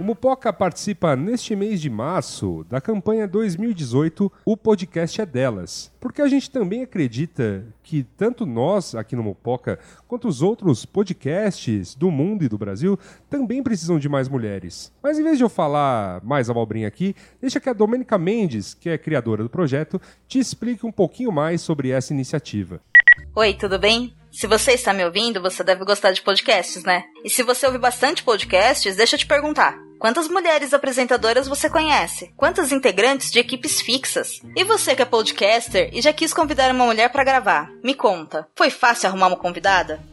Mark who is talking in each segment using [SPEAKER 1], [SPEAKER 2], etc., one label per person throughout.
[SPEAKER 1] O Mupoca participa neste mês de março da campanha 2018 O Podcast é Delas, porque a gente também acredita que tanto nós aqui no Mupoca quanto os outros podcasts do mundo e do Brasil também precisam de mais mulheres. Mas em vez de eu falar mais abobrinha aqui, deixa que a Domênica Mendes, que é criadora do projeto, te explique um pouquinho mais sobre essa iniciativa.
[SPEAKER 2] Oi, tudo bem? Se você está me ouvindo, você deve gostar de podcasts, né? E se você ouve bastante podcasts, deixa eu te perguntar. Quantas mulheres apresentadoras você conhece? Quantas integrantes de equipes fixas? E você que é podcaster e já quis convidar uma mulher para gravar? Me conta, foi fácil arrumar uma convidada?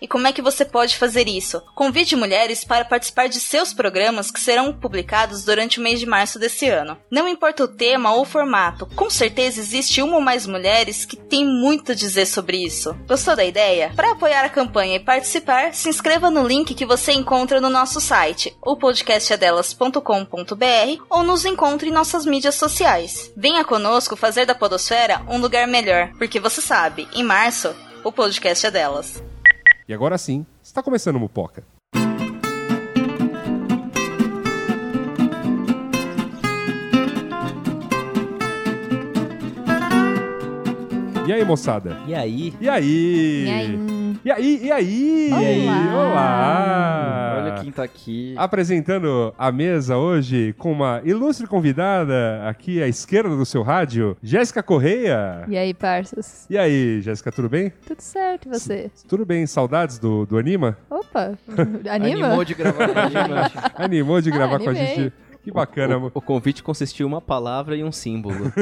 [SPEAKER 2] E como é que você pode fazer isso? Convide mulheres para participar de seus programas que serão publicados durante o mês de março desse ano. Não importa o tema ou o formato, com certeza existe uma ou mais mulheres que tem muito a dizer sobre isso. Gostou da ideia? Para apoiar a campanha e participar, se inscreva no link que você encontra no nosso site, é o podcastadelas.com.br ou nos encontre em nossas mídias sociais. Venha conosco fazer da Podosfera um lugar melhor, porque você sabe, em março, o podcast é delas.
[SPEAKER 1] E agora sim, está começando o Mupoca. E aí, moçada?
[SPEAKER 3] E aí?
[SPEAKER 1] E aí?
[SPEAKER 4] E aí?
[SPEAKER 1] E aí? E aí?
[SPEAKER 4] Olá.
[SPEAKER 1] E aí? Olá!
[SPEAKER 3] Olha quem tá aqui.
[SPEAKER 1] Apresentando a mesa hoje com uma ilustre convidada aqui à esquerda do seu rádio, Jéssica Correia.
[SPEAKER 4] E aí, parças?
[SPEAKER 1] E aí, Jéssica, tudo bem?
[SPEAKER 4] Tudo certo, e você?
[SPEAKER 1] Tudo bem, saudades do, do Anima?
[SPEAKER 4] Opa! Anima?
[SPEAKER 3] Animou de gravar com a gente.
[SPEAKER 1] Animou de
[SPEAKER 4] Ah,
[SPEAKER 1] gravar com a
[SPEAKER 4] animei.
[SPEAKER 1] gente. Que bacana,
[SPEAKER 3] O, o convite consistiu em uma palavra e um símbolo.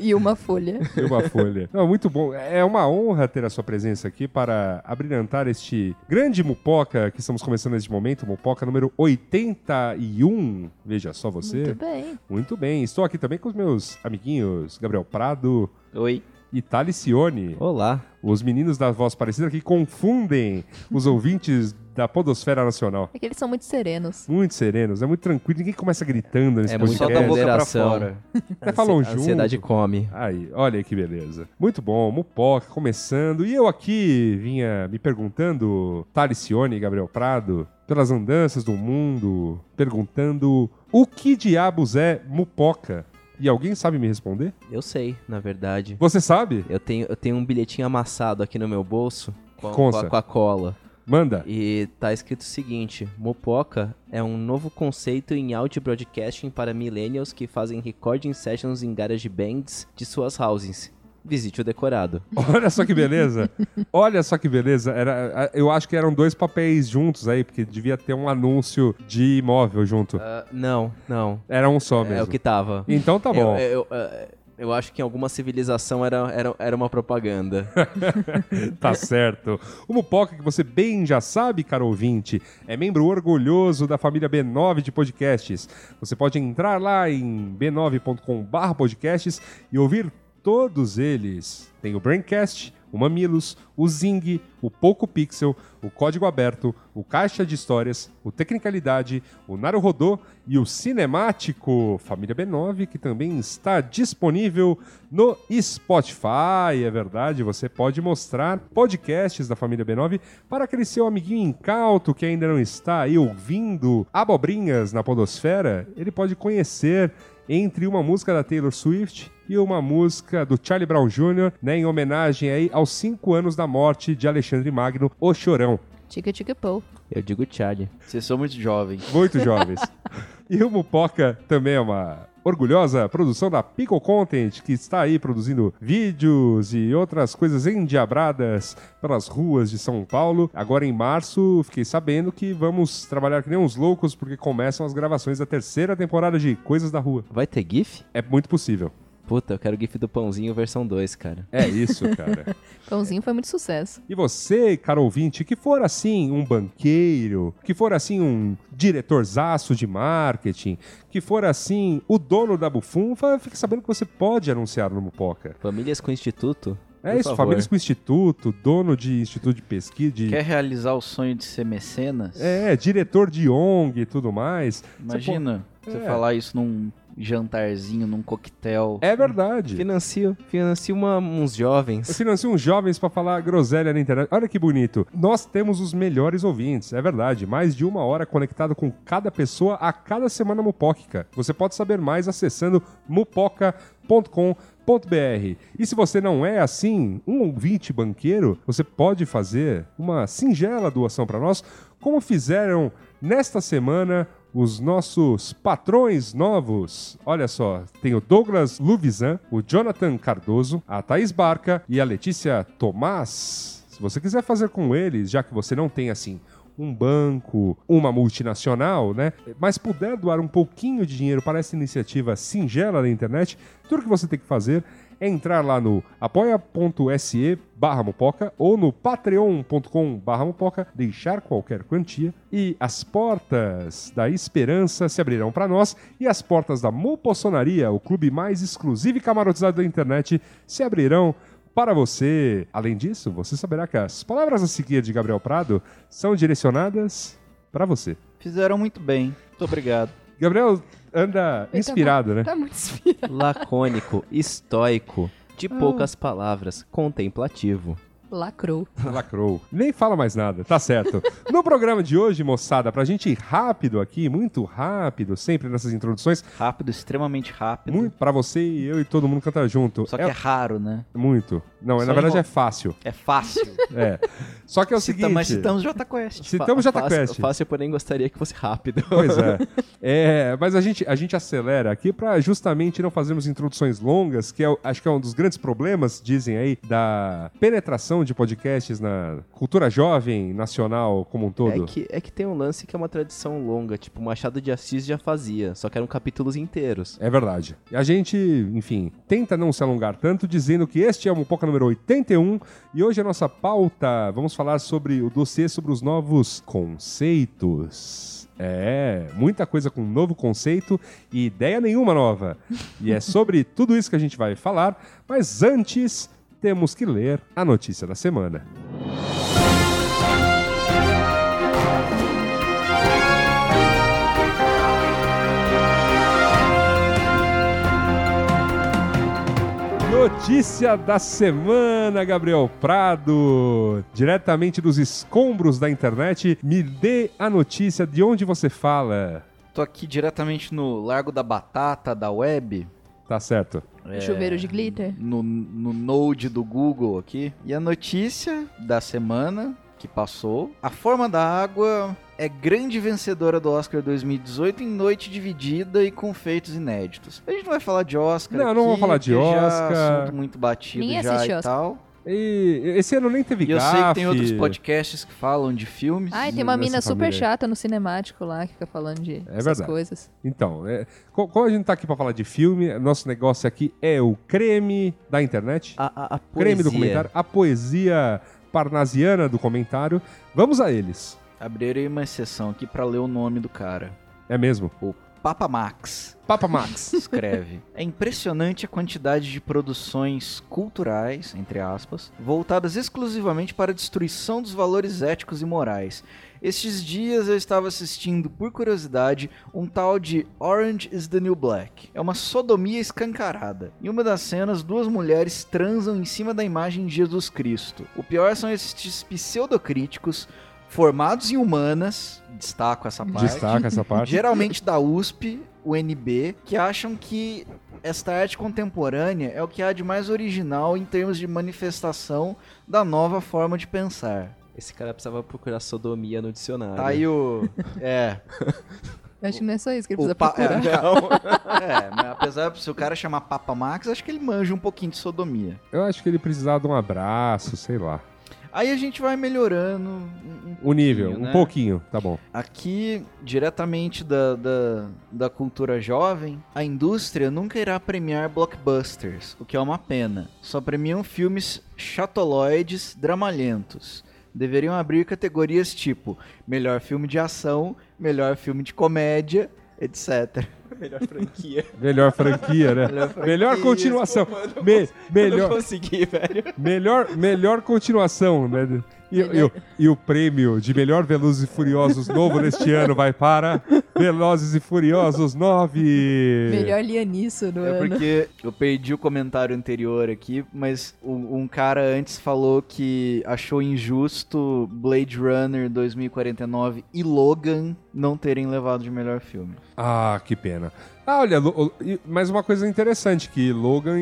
[SPEAKER 4] E uma folha.
[SPEAKER 1] E uma folha. Não, muito bom. É uma honra ter a sua presença aqui para abrilhantar este grande Mupoca que estamos começando neste momento, Mupoca número 81. Veja só você.
[SPEAKER 4] Muito
[SPEAKER 1] Muito,
[SPEAKER 4] bem.
[SPEAKER 1] bem. Estou aqui também com os meus amiguinhos Gabriel Prado
[SPEAKER 3] Oi.
[SPEAKER 1] e Talicione.
[SPEAKER 3] Olá.
[SPEAKER 1] Os meninos da voz parecida que confundem os ouvintes da podosfera nacional.
[SPEAKER 4] É que eles são muito serenos.
[SPEAKER 1] Muito serenos, é muito tranquilo, ninguém começa gritando nesse
[SPEAKER 3] É muito
[SPEAKER 1] podcast.
[SPEAKER 3] só da boca pra
[SPEAKER 5] Ponderação.
[SPEAKER 3] fora.
[SPEAKER 1] Até falam
[SPEAKER 3] Ansi- Ansiedade
[SPEAKER 1] um junto.
[SPEAKER 3] come.
[SPEAKER 1] Aí, olha que beleza. Muito bom, Mupoca começando. E eu aqui vinha me perguntando, Talicione e Gabriel Prado, pelas andanças do mundo, perguntando o que diabos é Mupoca? E alguém sabe me responder?
[SPEAKER 3] Eu sei, na verdade.
[SPEAKER 1] Você sabe?
[SPEAKER 3] Eu tenho, eu tenho um bilhetinho amassado aqui no meu bolso com, com
[SPEAKER 1] Consta.
[SPEAKER 3] a, com a cola.
[SPEAKER 1] Manda.
[SPEAKER 3] E tá escrito o seguinte: Mopoca é um novo conceito em audio broadcasting para millennials que fazem recording sessions em garage bands de suas houses. Visite o decorado.
[SPEAKER 1] Olha só que beleza. Olha só que beleza. Era, eu acho que eram dois papéis juntos aí, porque devia ter um anúncio de imóvel junto.
[SPEAKER 3] Ah, não, não.
[SPEAKER 1] Era um só mesmo.
[SPEAKER 3] É o que tava.
[SPEAKER 1] Então tá bom.
[SPEAKER 3] Eu, eu, eh, eu acho que em alguma civilização era, era, era uma propaganda.
[SPEAKER 1] Tá certo. O Mupoca, que você bem já sabe, caro ouvinte, é membro orgulhoso da família B9 de podcasts. Você pode entrar lá em b9.com/podcasts e ouvir todos eles. Tem o Braincast, o o Mamilos, o Zing, o Poco Pixel, o Código Aberto, o Caixa de Histórias, o Tecnicalidade, o Naruhodô e o Cinemático Família B9, que também está disponível no Spotify. É verdade, você pode mostrar podcasts da Família B9 para aquele seu amiguinho incauto que ainda não está aí ouvindo abobrinhas na podosfera. Ele pode conhecer entre uma música da Taylor Swift e uma música do Charlie Brown Jr., né, em homenagem aí aos cinco anos da morte de Alexandre Magno, o Chorão.
[SPEAKER 4] Tica tica pou.
[SPEAKER 3] Eu digo Charlie.
[SPEAKER 5] Vocês são muito jovens.
[SPEAKER 1] Muito jovens. e o Mupoca também é uma orgulhosa produção da Pico Content, que está aí produzindo vídeos e outras coisas endiabradas pelas ruas de São Paulo. Agora em março, fiquei sabendo que vamos trabalhar que nem uns loucos, porque começam as gravações da terceira temporada de Coisas da Rua.
[SPEAKER 3] Vai ter GIF?
[SPEAKER 1] É muito possível.
[SPEAKER 3] Puta, eu quero GIF do pãozinho versão 2, cara.
[SPEAKER 1] É isso, cara.
[SPEAKER 4] Pãozinho foi muito sucesso.
[SPEAKER 1] E você, caro ouvinte, que for assim um banqueiro, que for assim um diretorzaço de marketing, que for assim o dono da bufunfa, fique sabendo que você pode anunciar no Mupoca.
[SPEAKER 3] Famílias com instituto?
[SPEAKER 1] É
[SPEAKER 3] por
[SPEAKER 1] isso,
[SPEAKER 3] favor.
[SPEAKER 1] famílias com instituto, dono de instituto de pesquisa, de-
[SPEAKER 5] Quer realizar o sonho de ser mecenas?
[SPEAKER 1] é, diretor de ONG e tudo mais.
[SPEAKER 5] Imagina
[SPEAKER 1] pô-
[SPEAKER 5] você
[SPEAKER 1] É.
[SPEAKER 5] falar isso num jantarzinho, num coquetel.
[SPEAKER 1] É verdade.
[SPEAKER 3] Financio, financio uma- uns
[SPEAKER 1] Eu
[SPEAKER 3] jovens.
[SPEAKER 1] financio uns jovens pra falar groselha na internet. Olha que bonito. Nós temos os melhores ouvintes, é verdade. Mais de uma hora conectado com cada pessoa a cada semana mupóquica. Você pode saber mais acessando mupoca.com.br. E se você não é assim, um ouvinte banqueiro, você pode fazer uma singela doação pra nós, como fizeram nesta semana os nossos patrões novos. Olha só, tem o Douglas Luvisan, o Jonathan Cardoso, a Thaís Barca e a Letícia Tomás. Se você quiser fazer com eles, já que você não tem assim um banco, uma multinacional, né? Mas puder doar um pouquinho de dinheiro para essa iniciativa singela na internet, tudo que você tem que fazer é entrar lá no apoia.se barra mupoca ou no patreon.com barra mupoca, deixar qualquer quantia e as portas da esperança se abrirão para nós e as portas da Mupossonaria, o clube mais exclusivo e camarotizado da internet, se abrirão para você. Além disso, você saberá que as palavras a seguir de Gabriel Prado são direcionadas para você.
[SPEAKER 5] Fizeram muito bem. Muito obrigado.
[SPEAKER 1] Gabriel anda
[SPEAKER 4] Ele tá
[SPEAKER 1] inspirado, né?
[SPEAKER 4] Tá muito inspirado.
[SPEAKER 3] Lacônico, estoico, de
[SPEAKER 1] Ah.
[SPEAKER 3] poucas palavras, contemplativo.
[SPEAKER 4] Lacrou.
[SPEAKER 1] Lacrou. Nem fala mais nada, tá certo. No programa de hoje, moçada, pra gente ir rápido aqui, muito rápido, sempre nessas introduções,
[SPEAKER 5] Rápido, extremamente rápido.
[SPEAKER 1] muito pra você e eu e todo mundo cantar junto.
[SPEAKER 5] Só que é... raro, né?
[SPEAKER 1] muito. Não, é,
[SPEAKER 5] Só
[SPEAKER 1] na verdade
[SPEAKER 5] enro-
[SPEAKER 1] é fácil.
[SPEAKER 5] É fácil.
[SPEAKER 1] É. Só que é o
[SPEAKER 5] Cita-
[SPEAKER 1] seguinte.
[SPEAKER 5] mas então, tá citamos Jota Quest.
[SPEAKER 1] Citamos
[SPEAKER 3] Fa-
[SPEAKER 1] Jota
[SPEAKER 3] fácil-
[SPEAKER 1] Quest.
[SPEAKER 3] Fácil, porém gostaria que fosse rápido.
[SPEAKER 1] tá Pois é. É, mas a gente, a gente acelera aqui pra justamente não fazermos introduções longas, que é, o- acho que é um dos grandes problemas, dizem aí, da penetração de podcasts na cultura jovem nacional como um todo.
[SPEAKER 3] É que, é que tem um lance que é uma tradição longa, tipo, Machado de Assis já fazia, só que eram capítulos inteiros.
[SPEAKER 1] É verdade. E A gente, enfim, tenta não se alongar tanto, dizendo que este é o Mupoca número 81 e hoje a nossa pauta, vamos falar sobre o dossiê sobre os novos conceitos. É, muita coisa com novo conceito e ideia nenhuma nova. E é sobre tudo isso que a gente vai falar, mas antes temos que ler a notícia da semana. Notícia da semana, Gabriel Prado. Diretamente dos escombros da internet, me dê a notícia de onde você fala.
[SPEAKER 5] Tô aqui diretamente no Largo da Batata, da web.
[SPEAKER 1] Tá certo.
[SPEAKER 4] Chuveiro de glitter.
[SPEAKER 5] no, no Node do Google aqui. E a notícia da semana que passou: A Forma da Água é grande vencedora do Oscar 2018 em noite dividida e com feitos inéditos. A gente não vai falar de Oscar.
[SPEAKER 1] Não, não
[SPEAKER 5] aqui,
[SPEAKER 1] vou falar de
[SPEAKER 5] que já é
[SPEAKER 1] Oscar.
[SPEAKER 5] assunto muito batido
[SPEAKER 4] Ninguém
[SPEAKER 5] já
[SPEAKER 4] assiste
[SPEAKER 5] e
[SPEAKER 4] Oscar.
[SPEAKER 5] tal.
[SPEAKER 1] E esse ano nem teve
[SPEAKER 5] E eu sei que tem
[SPEAKER 1] gafe.
[SPEAKER 5] outros podcasts que falam de filmes.
[SPEAKER 4] Ai, tem uma
[SPEAKER 1] Nessa
[SPEAKER 4] mina super
[SPEAKER 1] família aí.
[SPEAKER 4] chata no cinemático lá que fica falando de essas
[SPEAKER 1] verdade.
[SPEAKER 4] coisas.
[SPEAKER 1] Então, é, co- como a gente tá aqui pra falar de filme, nosso negócio aqui é o creme da internet.
[SPEAKER 3] A, a, a
[SPEAKER 1] creme do
[SPEAKER 3] poesia.
[SPEAKER 1] comentário, a poesia parnasiana do comentário. Vamos a eles.
[SPEAKER 5] Abrirei uma exceção aqui pra ler o nome do cara.
[SPEAKER 1] É mesmo?
[SPEAKER 5] Papa Max
[SPEAKER 1] Papa Max.
[SPEAKER 5] escreve: É impressionante a quantidade de produções culturais, entre aspas, voltadas exclusivamente para a destruição dos valores éticos e morais. Estes dias eu estava assistindo, por curiosidade, um tal de Orange is the New Black. É uma sodomia escancarada. Em uma das cenas, duas mulheres transam em cima da imagem de Jesus Cristo. O pior são estes pseudocríticos formados em humanas, destaco essa parte.
[SPEAKER 1] Destaca essa parte.
[SPEAKER 5] Geralmente da USP, UNB, que acham que esta arte contemporânea é o que há de mais original em termos de manifestação da nova forma de pensar.
[SPEAKER 3] Esse cara precisava procurar sodomia no dicionário.
[SPEAKER 5] Tá aí o. É.
[SPEAKER 4] Eu acho que não é só isso que ele precisa
[SPEAKER 5] o pa-
[SPEAKER 4] procurar.
[SPEAKER 5] é, é, mas apesar de se o cara chamar Papa Max, acho que ele manja um pouquinho de sodomia.
[SPEAKER 1] Eu acho que ele precisava de um abraço, sei lá.
[SPEAKER 5] Aí a gente vai melhorando. um- um
[SPEAKER 1] O nível, um
[SPEAKER 5] né?
[SPEAKER 1] pouquinho, tá bom.
[SPEAKER 5] Aqui, diretamente da, da, da cultura jovem, a indústria nunca irá premiar blockbusters, o que é uma pena. Só premiam filmes chatoloides, dramalhentos. Deveriam abrir categorias tipo melhor filme de ação, melhor filme de comédia, etc.
[SPEAKER 3] Melhor franquia.
[SPEAKER 1] Melhor franquia, né? Melhor continuação. Me- melhor,
[SPEAKER 3] consegui, velho.
[SPEAKER 1] melhor, melhor continuação, né? E, e o- e o prêmio de melhor Velozes e Furiosos novo neste ano vai para Velozes e Furiosos 9.
[SPEAKER 4] Melhor lianiço do
[SPEAKER 5] É
[SPEAKER 4] ano.
[SPEAKER 5] porque eu perdi o comentário anterior aqui, mas um, um cara antes falou que achou injusto Blade Runner 2049 e Logan não terem levado de melhor filme.
[SPEAKER 1] Ah, que pena. Ah, olha, Lo- o- e- mas uma coisa interessante, que Logan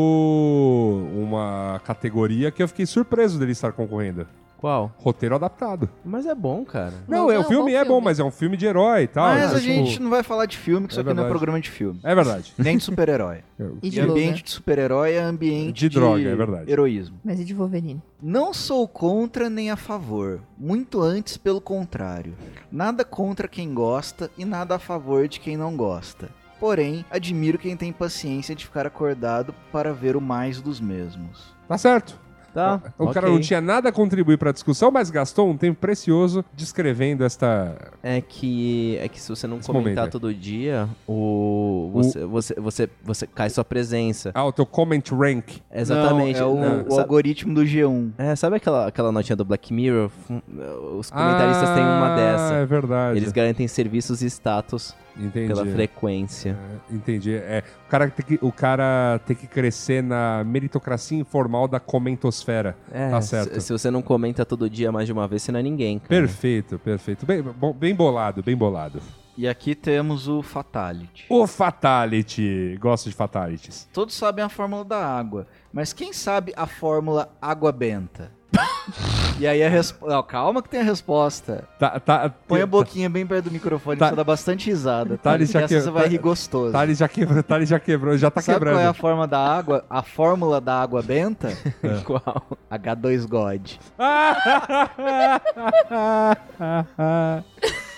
[SPEAKER 1] emplacou uma categoria que eu fiquei surpreso dele estar concorrendo.
[SPEAKER 3] Qual?
[SPEAKER 1] Roteiro adaptado.
[SPEAKER 3] Mas é bom, cara.
[SPEAKER 1] Não,
[SPEAKER 4] Logan
[SPEAKER 1] é, o
[SPEAKER 4] é um
[SPEAKER 1] filme
[SPEAKER 4] bom
[SPEAKER 1] é bom,
[SPEAKER 4] filme.
[SPEAKER 1] mas é um filme de herói e tal.
[SPEAKER 5] Mas
[SPEAKER 1] né? Tipo,
[SPEAKER 5] a gente não vai falar de filme, que isso
[SPEAKER 1] É
[SPEAKER 5] aqui não é
[SPEAKER 1] verdade.
[SPEAKER 5] programa de filme.
[SPEAKER 1] É verdade.
[SPEAKER 5] Nem de super-herói.
[SPEAKER 4] E
[SPEAKER 5] E
[SPEAKER 4] de Logan.
[SPEAKER 5] ambiente de super-herói é ambiente
[SPEAKER 1] De droga, é verdade.
[SPEAKER 5] heroísmo.
[SPEAKER 4] Mas e de Wolverine?
[SPEAKER 5] Não sou contra nem a favor. Muito antes, pelo contrário. Nada contra quem gosta e nada a favor de quem não gosta. Porém, admiro quem tem paciência de ficar acordado para ver o mais dos mesmos.
[SPEAKER 1] Tá certo.
[SPEAKER 3] Tá.
[SPEAKER 1] Ah, o cara não tinha nada a contribuir pra discussão, mas gastou um tempo precioso descrevendo esta.
[SPEAKER 3] É que, é que se você não
[SPEAKER 1] Esse
[SPEAKER 3] comentar
[SPEAKER 1] momento, é.
[SPEAKER 3] todo dia, o, você, Você, você, você cai sua presença.
[SPEAKER 1] Ah, o teu comment rank.
[SPEAKER 3] Exatamente.
[SPEAKER 5] Não, é o,
[SPEAKER 3] Não,
[SPEAKER 5] o
[SPEAKER 3] sabe,
[SPEAKER 5] algoritmo do G1.
[SPEAKER 3] é, sabe aquela, aquela notinha do Black Mirror? Fum- Os comentaristas têm uma
[SPEAKER 1] Ah,
[SPEAKER 3] dessa.
[SPEAKER 1] é verdade.
[SPEAKER 3] Eles garantem serviços e status
[SPEAKER 1] Entendi.
[SPEAKER 3] pela frequência.
[SPEAKER 1] Entendi. É, o, cara tem que, o cara tem que crescer na meritocracia informal da comentosfera.
[SPEAKER 3] É,
[SPEAKER 1] Tá
[SPEAKER 3] se-
[SPEAKER 1] certo.
[SPEAKER 3] Se, você não comenta todo dia mais de uma vez, você não é ninguém. cara.
[SPEAKER 1] Perfeito, perfeito. Bem, bom- bem bolado, bem bolado.
[SPEAKER 5] E aqui temos o Fatality.
[SPEAKER 1] O Fatality. Gosto de Fatalities.
[SPEAKER 5] Todos sabem a fórmula da água, mas quem sabe a fórmula água benta? e aí a resposta. Calma que tem a resposta.
[SPEAKER 1] Tá, tá,
[SPEAKER 5] Põe a boquinha bem perto do microfone,
[SPEAKER 1] Tá-
[SPEAKER 5] você dá bastante risada.
[SPEAKER 1] Tá,
[SPEAKER 5] Porque
[SPEAKER 1] deixa aqui,
[SPEAKER 5] essa você vai
[SPEAKER 1] tá-
[SPEAKER 5] rir gostoso.
[SPEAKER 1] Thales já quebrou, Thales já quebrou, já tá
[SPEAKER 5] sabe
[SPEAKER 1] quebrando.
[SPEAKER 5] qual é a forma da água? A fórmula da água benta?
[SPEAKER 3] É Qual?
[SPEAKER 5] H2 God.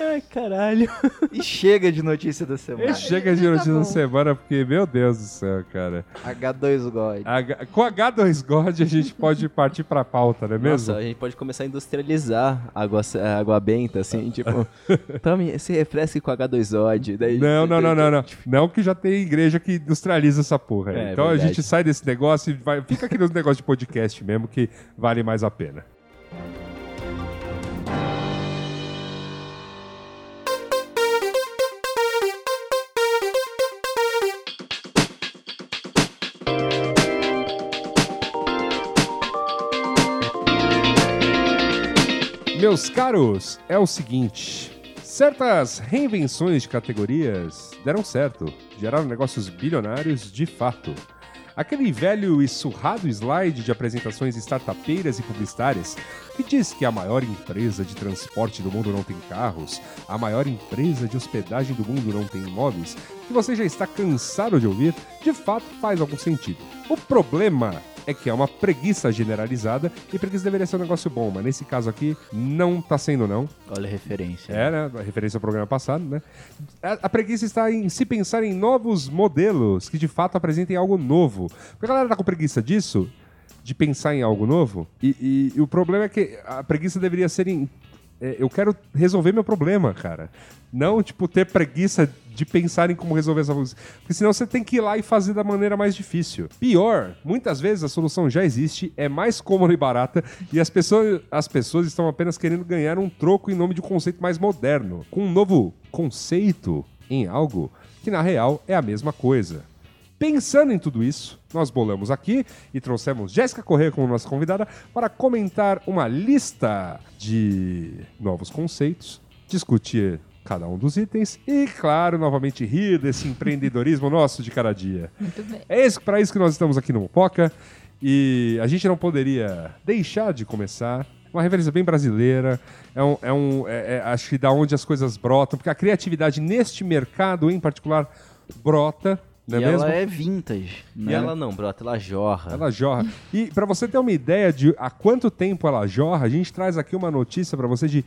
[SPEAKER 3] Ai, caralho.
[SPEAKER 5] E chega de notícia da semana.
[SPEAKER 1] Chega de notícia da semana, porque, meu Deus do céu, cara.
[SPEAKER 5] H2 God.
[SPEAKER 1] H- com H2 God a gente pode partir pra pauta, não é mesmo?
[SPEAKER 3] Nossa, a gente pode começar a industrializar água, eh, água benta, assim, tipo... Tome esse refresque com H2OD. Daí
[SPEAKER 1] não, não, não, não, não. Não que já tem igreja que industrializa essa porra. aí.
[SPEAKER 3] É,
[SPEAKER 1] então a
[SPEAKER 3] verdade.
[SPEAKER 1] gente sai desse negócio e vai, fica aqui nos negócios de podcast mesmo, que vale mais a pena. Meus caros, é o seguinte. Certas reinvenções de categorias deram certo, geraram negócios bilionários de fato. Aquele velho e surrado slide de apresentações startupeiras e publicitárias que diz que a maior empresa de transporte do mundo não tem carros, a maior empresa de hospedagem do mundo não tem imóveis, que você já está cansado de ouvir, de fato faz algum sentido. O problema é que é uma preguiça generalizada e preguiça deveria ser um negócio bom, mas nesse caso aqui não tá sendo não.
[SPEAKER 5] Olha a referência.
[SPEAKER 1] É, né? A referência ao programa passado, né? A, a preguiça está em se pensar em novos modelos que de fato apresentem algo novo. Porque a galera tá com preguiça disso, de pensar em algo novo, e, e- e o problema é que a preguiça deveria ser em é, eu quero resolver meu problema, cara. Não, tipo, ter preguiça de pensar em como resolver essa solução. Porque senão você tem que ir lá e fazer da maneira mais difícil. Pior, muitas vezes a solução já existe, é mais cômoda e barata, e as pessoas, as pessoas estão apenas querendo ganhar um troco em nome de um conceito mais moderno. Com um novo conceito em algo que, na real, é a mesma coisa. Pensando em tudo isso, nós bolamos aqui e trouxemos Jéssica Corrêa como nossa convidada para comentar uma lista de novos conceitos, discutir cada um dos itens e, claro, novamente rir desse empreendedorismo nosso de cada dia.
[SPEAKER 4] Muito bem.
[SPEAKER 1] É isso, para isso que nós estamos aqui no Mopoca. E a gente não poderia deixar de começar. Uma referência bem brasileira. É um, é um- é- é- acho que da onde as coisas brotam, porque a criatividade neste mercado em particular brota. Não é
[SPEAKER 5] e
[SPEAKER 1] mesmo?
[SPEAKER 5] ela é vintage.
[SPEAKER 3] E ela não, brota, ela jorra.
[SPEAKER 1] Ela jorra. E pra você ter uma ideia de há quanto tempo ela jorra, a gente traz aqui uma notícia pra você de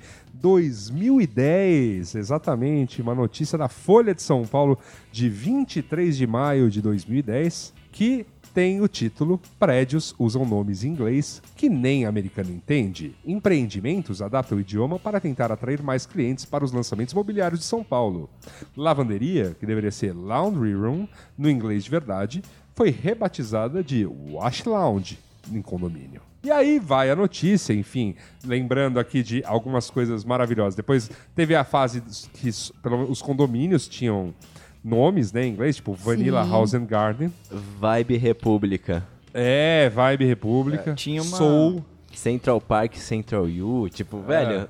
[SPEAKER 1] 2010, exatamente, uma notícia da Folha de São Paulo de 23 de maio de 2010, que tem o título Prédios usam nomes em inglês que nem americano entende. Empreendimentos adaptam o idioma para tentar atrair mais clientes para os lançamentos imobiliários de São Paulo. Lavanderia, que deveria ser Laundry Room no inglês de verdade, foi rebatizada de Wash Lounge em condomínio. E aí vai a notícia, enfim, lembrando aqui de algumas coisas maravilhosas. Depois teve a fase dos- que s- pelo menos os condomínios tinham nomes, né, em inglês, tipo Vanilla House and Garden.
[SPEAKER 3] Vibe República.
[SPEAKER 1] É, Vibe República.
[SPEAKER 5] É, tinha uma-
[SPEAKER 1] Soul.
[SPEAKER 3] Central Park, Central U, tipo, velho.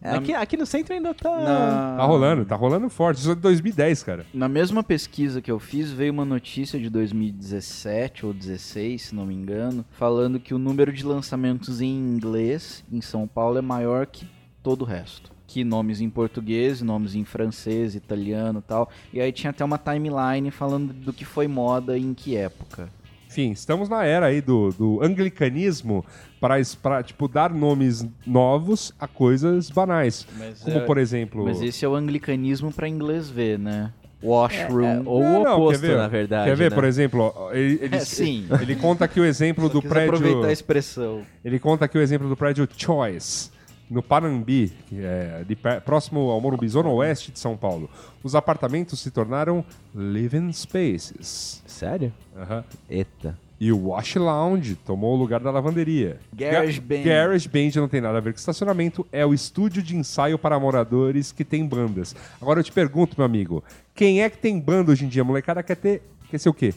[SPEAKER 1] É.
[SPEAKER 3] é, Aqui, aqui no centro ainda tá.
[SPEAKER 5] Na-
[SPEAKER 1] Tá rolando, tá rolando forte. Isso é de 2010, cara.
[SPEAKER 5] Na mesma pesquisa que eu fiz, veio uma notícia de 2017 ou 16, se não me engano, falando que o número de lançamentos em inglês em São Paulo é maior que todo o resto. Que nomes em português, nomes em francês, italiano e tal. E aí tinha até uma timeline falando do que foi moda e em que época.
[SPEAKER 1] Enfim, estamos na era aí do, do anglicanismo para es- para, tipo, dar nomes novos a coisas banais. Como, por exemplo...
[SPEAKER 5] é Mas esse é o anglicanismo pra inglês ver, né? Washroom.
[SPEAKER 3] É, ou
[SPEAKER 1] Não,
[SPEAKER 3] o
[SPEAKER 1] não,
[SPEAKER 3] oposto,
[SPEAKER 1] quer ver?
[SPEAKER 3] na verdade.
[SPEAKER 1] Quer ver,
[SPEAKER 3] né?
[SPEAKER 1] por exemplo, ó, ele, ele-
[SPEAKER 5] É, sim.
[SPEAKER 1] ele conta aqui o exemplo do
[SPEAKER 5] Quis
[SPEAKER 1] prédio...
[SPEAKER 5] aproveitar a expressão.
[SPEAKER 1] Ele conta aqui o exemplo do prédio Choice, no Panambi, que é de pé- próximo ao Morumbi, zona oeste de São Paulo. Os apartamentos se tornaram living spaces.
[SPEAKER 3] Sério?
[SPEAKER 1] Aham.
[SPEAKER 3] Eita.
[SPEAKER 1] E o Wash Lounge tomou o lugar da lavanderia.
[SPEAKER 5] Garage
[SPEAKER 1] Ga-
[SPEAKER 5] Band.
[SPEAKER 1] Garage Band não tem nada a ver com estacionamento, é o estúdio de ensaio para moradores que tem bandas. Agora eu te pergunto, meu amigo, quem é que tem banda hoje em dia? A molecada quer ter... Quer ser o quê?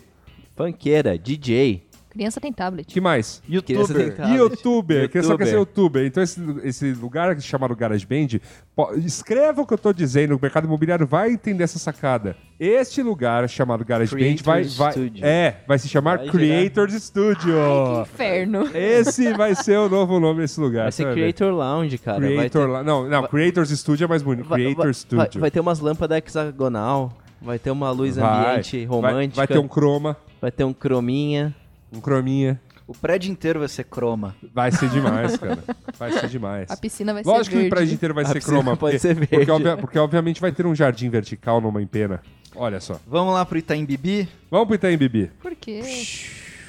[SPEAKER 3] Funkeira, DJ.
[SPEAKER 4] Criança tem tablet.
[SPEAKER 1] que mais?
[SPEAKER 3] Criança tem
[SPEAKER 5] Youtuber.
[SPEAKER 3] tablet.
[SPEAKER 1] Youtuber, que só quer ser
[SPEAKER 3] Youtuber.
[SPEAKER 1] youtuber. Então, esse, esse lugar chamado GarageBand, po- escreva o que eu tô dizendo, o mercado imobiliário vai entender essa sacada. Este lugar chamado GarageBand vai,
[SPEAKER 5] Creators
[SPEAKER 1] vai,
[SPEAKER 5] Studio.
[SPEAKER 1] é, vai se chamar
[SPEAKER 3] Vai
[SPEAKER 1] Creators Studio.
[SPEAKER 4] Que inferno.
[SPEAKER 1] Esse vai ser o novo nome desse lugar.
[SPEAKER 3] Vai
[SPEAKER 1] você
[SPEAKER 3] ser
[SPEAKER 1] vai ver.
[SPEAKER 3] Creator Lounge, cara. vai ter-
[SPEAKER 1] Creator lá. Não, não, Creators Studio é mais bonito.
[SPEAKER 3] vai-
[SPEAKER 1] Creator
[SPEAKER 3] vai-
[SPEAKER 1] Studio.
[SPEAKER 3] vai- Vai, ter umas lâmpadas hexagonal. Vai ter uma luz
[SPEAKER 1] Vai. Vai-
[SPEAKER 3] ambiente romântica.
[SPEAKER 1] Vai, ter um croma,
[SPEAKER 3] vai ter um crominha.
[SPEAKER 1] um crominha.
[SPEAKER 5] O prédio inteiro vai ser croma.
[SPEAKER 1] Vai ser demais, cara. Vai ser demais.
[SPEAKER 4] A piscina vai
[SPEAKER 1] É. Lógico
[SPEAKER 4] ser
[SPEAKER 1] que o
[SPEAKER 4] verde.
[SPEAKER 1] prédio inteiro vai
[SPEAKER 3] A
[SPEAKER 1] ser
[SPEAKER 3] piscina
[SPEAKER 1] croma.
[SPEAKER 3] Ah, pode
[SPEAKER 1] porque,
[SPEAKER 3] ser verde.
[SPEAKER 1] Porque, obvia- porque obviamente vai ter um jardim vertical numa empena. Olha só.
[SPEAKER 5] Vamos lá pro Itaim Bibi?
[SPEAKER 1] Vamos pro Itaim Bibi.
[SPEAKER 4] Por quê?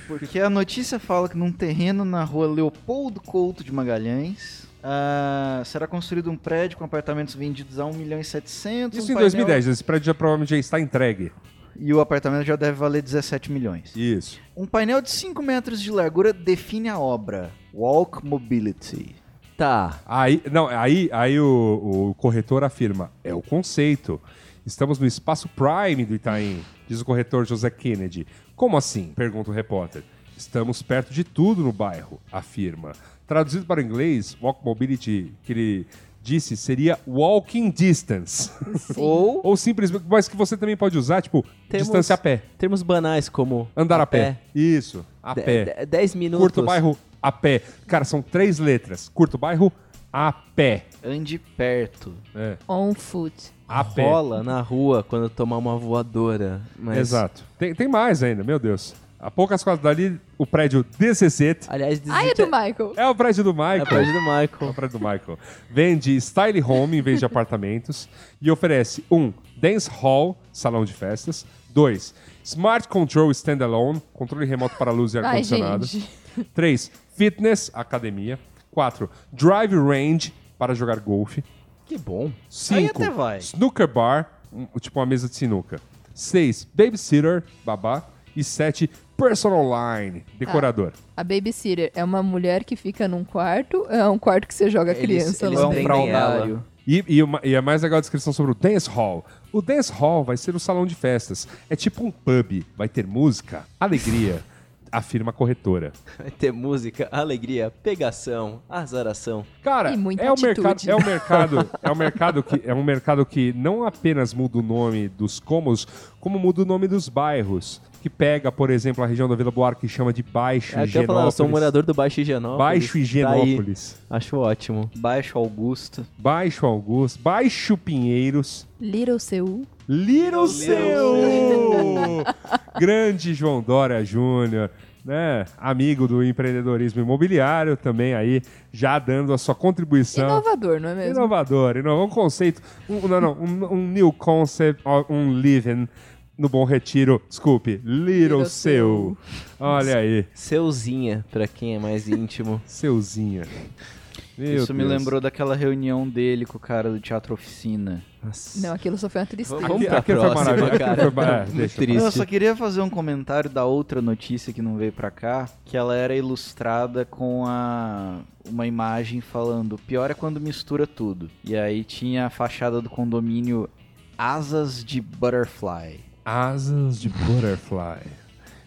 [SPEAKER 5] Porque a notícia fala que num terreno na rua Leopoldo Couto de Magalhães ah, será construído um prédio com apartamentos vendidos a 1 milhão e 700.
[SPEAKER 1] Isso
[SPEAKER 5] um
[SPEAKER 1] em
[SPEAKER 5] painel-
[SPEAKER 1] 2010. Esse prédio já provavelmente já está entregue.
[SPEAKER 5] E o apartamento já deve valer 17 milhões.
[SPEAKER 1] Isso.
[SPEAKER 5] Um painel de 5 metros de largura define a obra. Walk Mobility.
[SPEAKER 3] Tá.
[SPEAKER 1] Aí, não, aí, aí o, o corretor afirma: é o conceito. Estamos no espaço prime do Itaim, diz o corretor José Kennedy. Como assim? pergunta o repórter. Estamos perto de tudo no bairro, afirma. Traduzido para o inglês, walk mobility, que ele disse, seria walking distance.
[SPEAKER 3] Ou
[SPEAKER 1] Ou simplesmente, mas que você também pode usar, tipo,
[SPEAKER 3] Temos-
[SPEAKER 1] distância a pé.
[SPEAKER 3] termos banais como.
[SPEAKER 1] Andar a, pé. Isso, a
[SPEAKER 3] De-
[SPEAKER 1] pé.
[SPEAKER 3] de- 10 minutos.
[SPEAKER 1] Curto bairro, a pé. Cara, são três letras. Curto bairro, a pé.
[SPEAKER 5] Ande perto.
[SPEAKER 1] É,
[SPEAKER 4] On foot.
[SPEAKER 1] a pé.
[SPEAKER 3] Rola na rua quando tomar uma voadora. Mas...
[SPEAKER 1] Exato. Tem, tem mais ainda, meu Deus. A poucas quadras dali, o prédio DCC.
[SPEAKER 3] Aliás,
[SPEAKER 4] Ai, é do Michael.
[SPEAKER 1] É o prédio do
[SPEAKER 3] É
[SPEAKER 1] Michael.
[SPEAKER 3] o prédio do
[SPEAKER 1] É o
[SPEAKER 3] Michael.
[SPEAKER 1] prédio do Michael. Vende style home em vez de apartamentos e oferece um dance hall, salão de festas. dois Smart control standalone, controle remoto para luz e
[SPEAKER 4] Ai,
[SPEAKER 1] ar-condicionado.
[SPEAKER 4] gente.
[SPEAKER 1] 3. Fitness, academia. 4. Drive range, para jogar golfe.
[SPEAKER 3] Que bom.
[SPEAKER 5] Aí
[SPEAKER 1] 5.
[SPEAKER 5] até vai.
[SPEAKER 1] Snooker bar, um- tipo uma mesa de sinuca. 6. Babysitter, babá. E 7. Personal line, decorador.
[SPEAKER 4] A babysitter é uma mulher que fica num quarto, é um quarto que você joga a criança
[SPEAKER 3] eles
[SPEAKER 4] lá.
[SPEAKER 3] prendem
[SPEAKER 5] fraudário.
[SPEAKER 3] ela.
[SPEAKER 1] E, e, uma- e a mais legal a descrição sobre o dance hall. O dance hall vai ser um salão de festas. É tipo um pub. Vai ter música, alegria, afirma a corretora.
[SPEAKER 3] Vai ter música, alegria, pegação, azaração.
[SPEAKER 1] Cara,
[SPEAKER 4] E muita
[SPEAKER 1] é um
[SPEAKER 4] atitude.
[SPEAKER 1] mercado, é um mercado, é um mercado que é um mercado que não apenas muda o nome dos cômodos, como muda o nome dos bairros, que pega, por exemplo, a região da Vila Buarque e chama de Baixo
[SPEAKER 3] É até falar, eu
[SPEAKER 1] Higienópolis.
[SPEAKER 3] sou um morador do Baixo Higienópolis.
[SPEAKER 1] Baixo
[SPEAKER 3] Tá
[SPEAKER 1] Higienópolis,
[SPEAKER 3] aí. Acho ótimo.
[SPEAKER 5] Baixo Augusto.
[SPEAKER 1] Baixo Augusto, Baixo Pinheiros,
[SPEAKER 4] Little Seul.
[SPEAKER 1] Little Seu, grande João Dória Júnior, né? Amigo do empreendedorismo imobiliário também aí, já dando a sua contribuição.
[SPEAKER 4] Inovador, não é mesmo?
[SPEAKER 1] Inovador, inovador, um conceito, um, não, não, um, um new concept, um living no Bom Retiro, desculpe, Little
[SPEAKER 4] Little
[SPEAKER 1] Seu. Olha aí,
[SPEAKER 3] Seuzinha, pra quem é mais íntimo.
[SPEAKER 1] Seuzinha. Meu
[SPEAKER 5] Isso me
[SPEAKER 1] Deus.
[SPEAKER 5] lembrou daquela reunião dele com o cara do Teatro Oficina.
[SPEAKER 3] Nossa.
[SPEAKER 4] Não, aquilo só foi uma tristeza.
[SPEAKER 3] Vamos
[SPEAKER 1] Aqui-
[SPEAKER 3] pra
[SPEAKER 1] aqui foi
[SPEAKER 3] próxima,
[SPEAKER 1] maravilhoso, aqui é
[SPEAKER 3] cara.
[SPEAKER 1] foi maravilhoso.
[SPEAKER 3] Muito
[SPEAKER 1] Deixa.
[SPEAKER 5] Eu só
[SPEAKER 3] triste.
[SPEAKER 5] queria fazer um comentário da outra notícia que não veio pra cá, que ela era ilustrada com a uma imagem falando, "O pior é quando mistura tudo. E aí tinha a fachada do condomínio Asas de Butterfly.
[SPEAKER 1] Asas de Butterfly.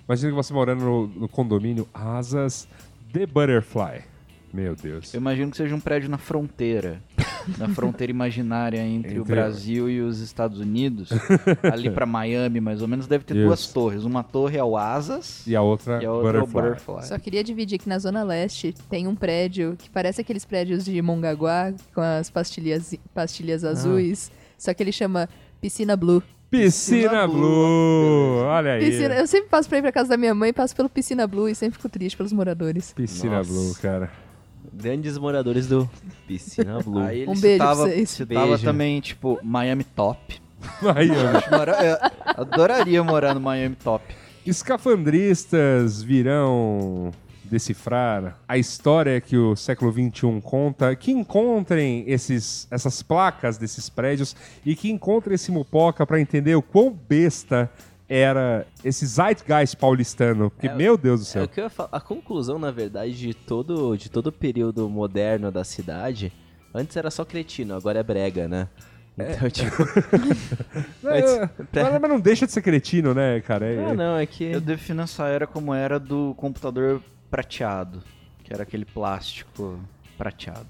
[SPEAKER 1] Imagina que você morando no, no condomínio Asas de Butterfly. Meu Deus.
[SPEAKER 5] Eu imagino que seja um prédio na fronteira. na fronteira imaginária entre,
[SPEAKER 1] Entre-
[SPEAKER 5] o Brasil e os Estados Unidos. ali pra Miami, mais ou menos, deve ter
[SPEAKER 1] Isso.
[SPEAKER 5] duas torres. Uma torre é o Asas
[SPEAKER 1] E a outra,
[SPEAKER 5] e a outra é o
[SPEAKER 1] Butterfly.
[SPEAKER 5] Butterfly.
[SPEAKER 4] Só queria dividir que na Zona Leste tem um prédio que parece aqueles prédios de Mongaguá com as pastilhas, pastilhas
[SPEAKER 3] Ah.
[SPEAKER 4] azuis, só que ele chama Piscina Blue.
[SPEAKER 1] Piscina
[SPEAKER 5] Piscina
[SPEAKER 1] Blue. Olha aí.
[SPEAKER 4] Piscina, eu sempre passo pra ir pra casa da minha mãe, passo pelo Piscina Blue e sempre fico triste pelos moradores.
[SPEAKER 1] Piscina
[SPEAKER 3] Nossa.
[SPEAKER 1] Blue, cara.
[SPEAKER 3] Grandes moradores do Piscina Blue.
[SPEAKER 5] Aí ele
[SPEAKER 4] Um beijo pra
[SPEAKER 5] citava,
[SPEAKER 4] vocês.
[SPEAKER 5] citava
[SPEAKER 3] Beijo.
[SPEAKER 5] também, tipo, Miami Top.
[SPEAKER 1] Aí, ó.
[SPEAKER 5] Mora- eu adoraria morar no Miami Top.
[SPEAKER 1] Escafandristas virão decifrar a história que o século XXI conta, que encontrem esses, essas placas desses prédios e que encontrem esse mupoca pra entender o quão besta era esse zeitgeist paulistano. Porque,
[SPEAKER 3] É,
[SPEAKER 1] meu Deus do
[SPEAKER 3] É o
[SPEAKER 1] céu.
[SPEAKER 3] que eu ia falar. A conclusão, na verdade, de todo, de todo o período moderno da cidade, antes era só cretino, agora é brega, né? Então, tipo.
[SPEAKER 1] É,
[SPEAKER 3] pra-
[SPEAKER 1] mas, mas não deixa de ser cretino, né, cara? É-
[SPEAKER 3] Ah, não, é que.
[SPEAKER 5] Eu defino essa era como a era do computador prateado. Que era aquele plástico prateado.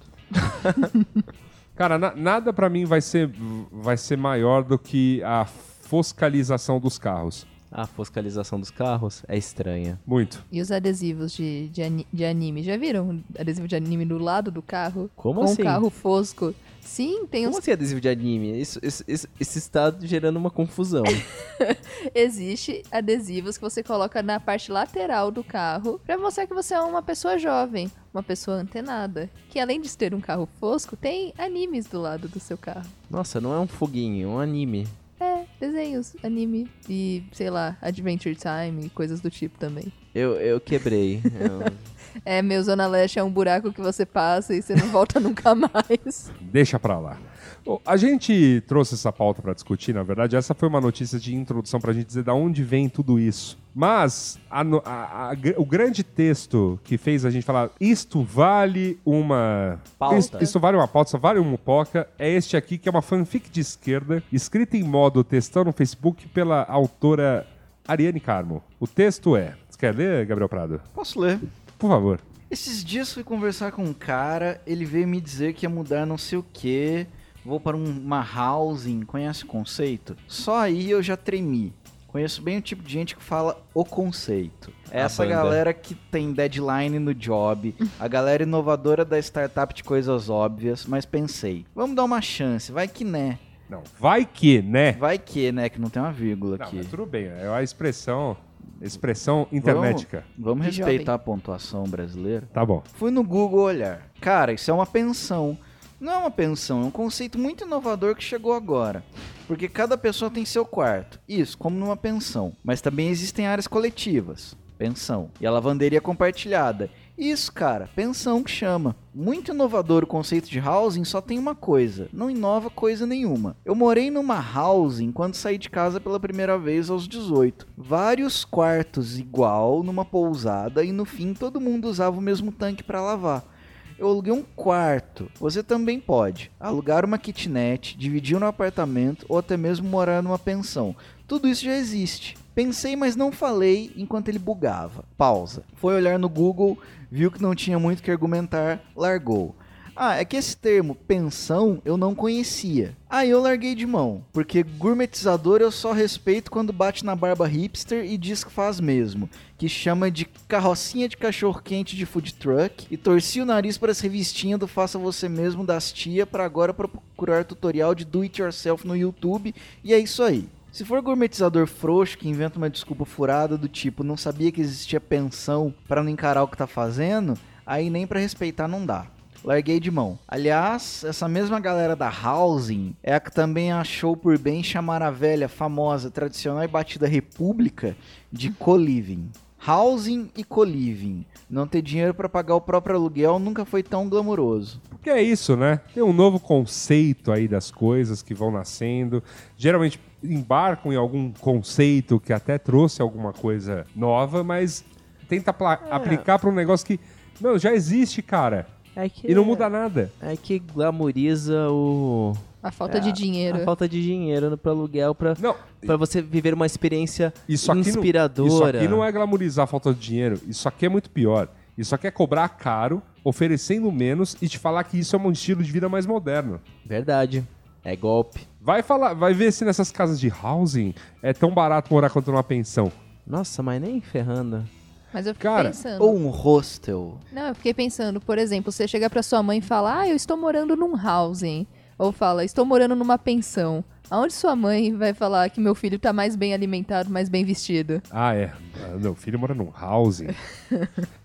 [SPEAKER 1] Cara, na- nada pra mim vai ser, vai ser maior do que a foscalização dos carros.
[SPEAKER 3] A foscalização dos carros é estranha.
[SPEAKER 1] Muito.
[SPEAKER 4] E os adesivos de, de, ani- de anime, já viram? Adesivo de anime do lado do carro?
[SPEAKER 3] Como
[SPEAKER 4] com
[SPEAKER 3] assim?
[SPEAKER 4] o carro fosco. Sim, tem um uns
[SPEAKER 3] Como assim adesivo de anime? Isso, isso, isso, isso está gerando uma confusão.
[SPEAKER 4] Existe adesivos que você coloca na parte lateral do carro pra mostrar que você é uma pessoa jovem, uma pessoa antenada, que além de ter um carro fosco, tem animes do lado do seu carro.
[SPEAKER 3] Nossa, não é um foguinho, é um anime.
[SPEAKER 4] É, desenhos, anime e, sei lá, Adventure Time e coisas do tipo também.
[SPEAKER 3] Eu, eu quebrei. Eu-
[SPEAKER 4] É, meu Zona Leste é um buraco que você passa e você não volta nunca mais.
[SPEAKER 1] Deixa pra lá. Bom, A gente trouxe essa pauta pra discutir, na verdade, essa foi uma notícia de introdução pra gente dizer da onde vem tudo isso. Mas a no- a- a gr- o grande texto que fez a gente falar isto vale uma
[SPEAKER 5] Pauta.
[SPEAKER 1] Isto, isto vale uma pauta, isso vale uma mupoca, é este aqui que é uma fanfic de esquerda, escrita em modo textão no Facebook pela autora Ariane Carmo. O texto é, você quer ler, Gabriel Prado?
[SPEAKER 5] Posso ler?
[SPEAKER 1] Por favor.
[SPEAKER 5] Esses dias fui conversar com um cara, ele veio me dizer que ia mudar não sei o que, vou para um- uma housing, conhece o conceito? Só aí eu já tremi. Conheço bem o tipo de gente que fala o conceito. É
[SPEAKER 3] A
[SPEAKER 5] Essa
[SPEAKER 3] banda.
[SPEAKER 5] galera que tem deadline no job, a galera inovadora da startup de coisas óbvias, mas pensei, vamos dar uma chance, vai que né.
[SPEAKER 1] Não, vai que, né?
[SPEAKER 5] Vai que né, que não tem uma vírgula
[SPEAKER 1] Não,
[SPEAKER 5] aqui.
[SPEAKER 1] mas tudo bem, é a expressão, expressão intermética.
[SPEAKER 5] Vamos
[SPEAKER 4] Que
[SPEAKER 5] respeitar a pontuação brasileira.
[SPEAKER 1] Tá bom.
[SPEAKER 5] Fui no Google olhar. Cara, isso é uma pensão. Não é uma pensão, é um conceito muito inovador que chegou agora. Porque cada pessoa tem seu quarto. Isso, como numa pensão. Mas também existem áreas coletivas. Pensão. E a lavanderia compartilhada. Isso, cara, pensão que chama. Muito inovador o conceito de housing, só tem uma coisa: não inova coisa nenhuma. Eu morei numa housing quando saí de casa pela primeira vez aos 18. Vários quartos igual numa pousada e no fim todo mundo usava o mesmo tanque para lavar. Eu aluguei um quarto. Você também pode alugar uma kitnet, dividir um apartamento ou até mesmo morar numa pensão. Tudo isso já existe. Pensei, mas não falei enquanto ele bugava. Pausa. Foi olhar no Google, viu que não tinha muito o que argumentar, largou. Ah, é que esse termo pensão eu não conhecia. Aí eu larguei de mão, porque gourmetizador eu só respeito quando bate na barba hipster e diz que faz mesmo, que chama de carrocinha de cachorro-quente de food truck e torci o nariz para as revistinhas do faça você mesmo das tia para agora procurar tutorial de do it yourself no YouTube e é isso aí. Se for gourmetizador frouxo que inventa uma desculpa furada do tipo não sabia que existia pensão para não encarar o que tá fazendo, aí nem para respeitar não dá larguei de mão. Aliás, essa mesma galera da Housing é a que também achou por bem chamar a velha, famosa, tradicional e batida República de co-living. Housing e co-living. Não ter dinheiro para pagar o próprio aluguel nunca foi tão glamouroso.
[SPEAKER 1] Porque é isso, né? Tem um novo conceito aí das coisas que vão nascendo. Geralmente embarcam em algum conceito que até trouxe alguma coisa nova, mas tenta apla- aplicar para um negócio que, não, já existe, cara.
[SPEAKER 3] É que,
[SPEAKER 1] E não muda nada.
[SPEAKER 3] É que glamouriza o...
[SPEAKER 4] A falta de dinheiro.
[SPEAKER 3] a falta de dinheiro no- pro aluguel pra,
[SPEAKER 1] Não,
[SPEAKER 3] pra você viver uma experiência
[SPEAKER 1] Isso aqui, Não, isso
[SPEAKER 3] inspiradora.
[SPEAKER 1] aqui não é glamorizar a falta de dinheiro. Isso aqui é muito pior. Isso aqui é cobrar caro, oferecendo menos e te falar que isso é um estilo de vida mais moderno.
[SPEAKER 3] Verdade. É golpe.
[SPEAKER 1] Vai falar, vai ver se nessas casas de housing é tão barato morar quanto numa pensão.
[SPEAKER 3] Nossa, mas nem ferrando.
[SPEAKER 4] Mas eu fiquei
[SPEAKER 1] Cara,
[SPEAKER 4] pensando.
[SPEAKER 5] Ou um hostel.
[SPEAKER 4] Não, eu fiquei pensando, por exemplo, você chega pra sua mãe e fala, ah, eu estou morando num housing. Ou fala, estou morando numa pensão. Aonde sua mãe vai falar que meu filho tá mais bem alimentado, mais bem vestido?
[SPEAKER 1] Ah, é. Ah, Meu filho mora num housing.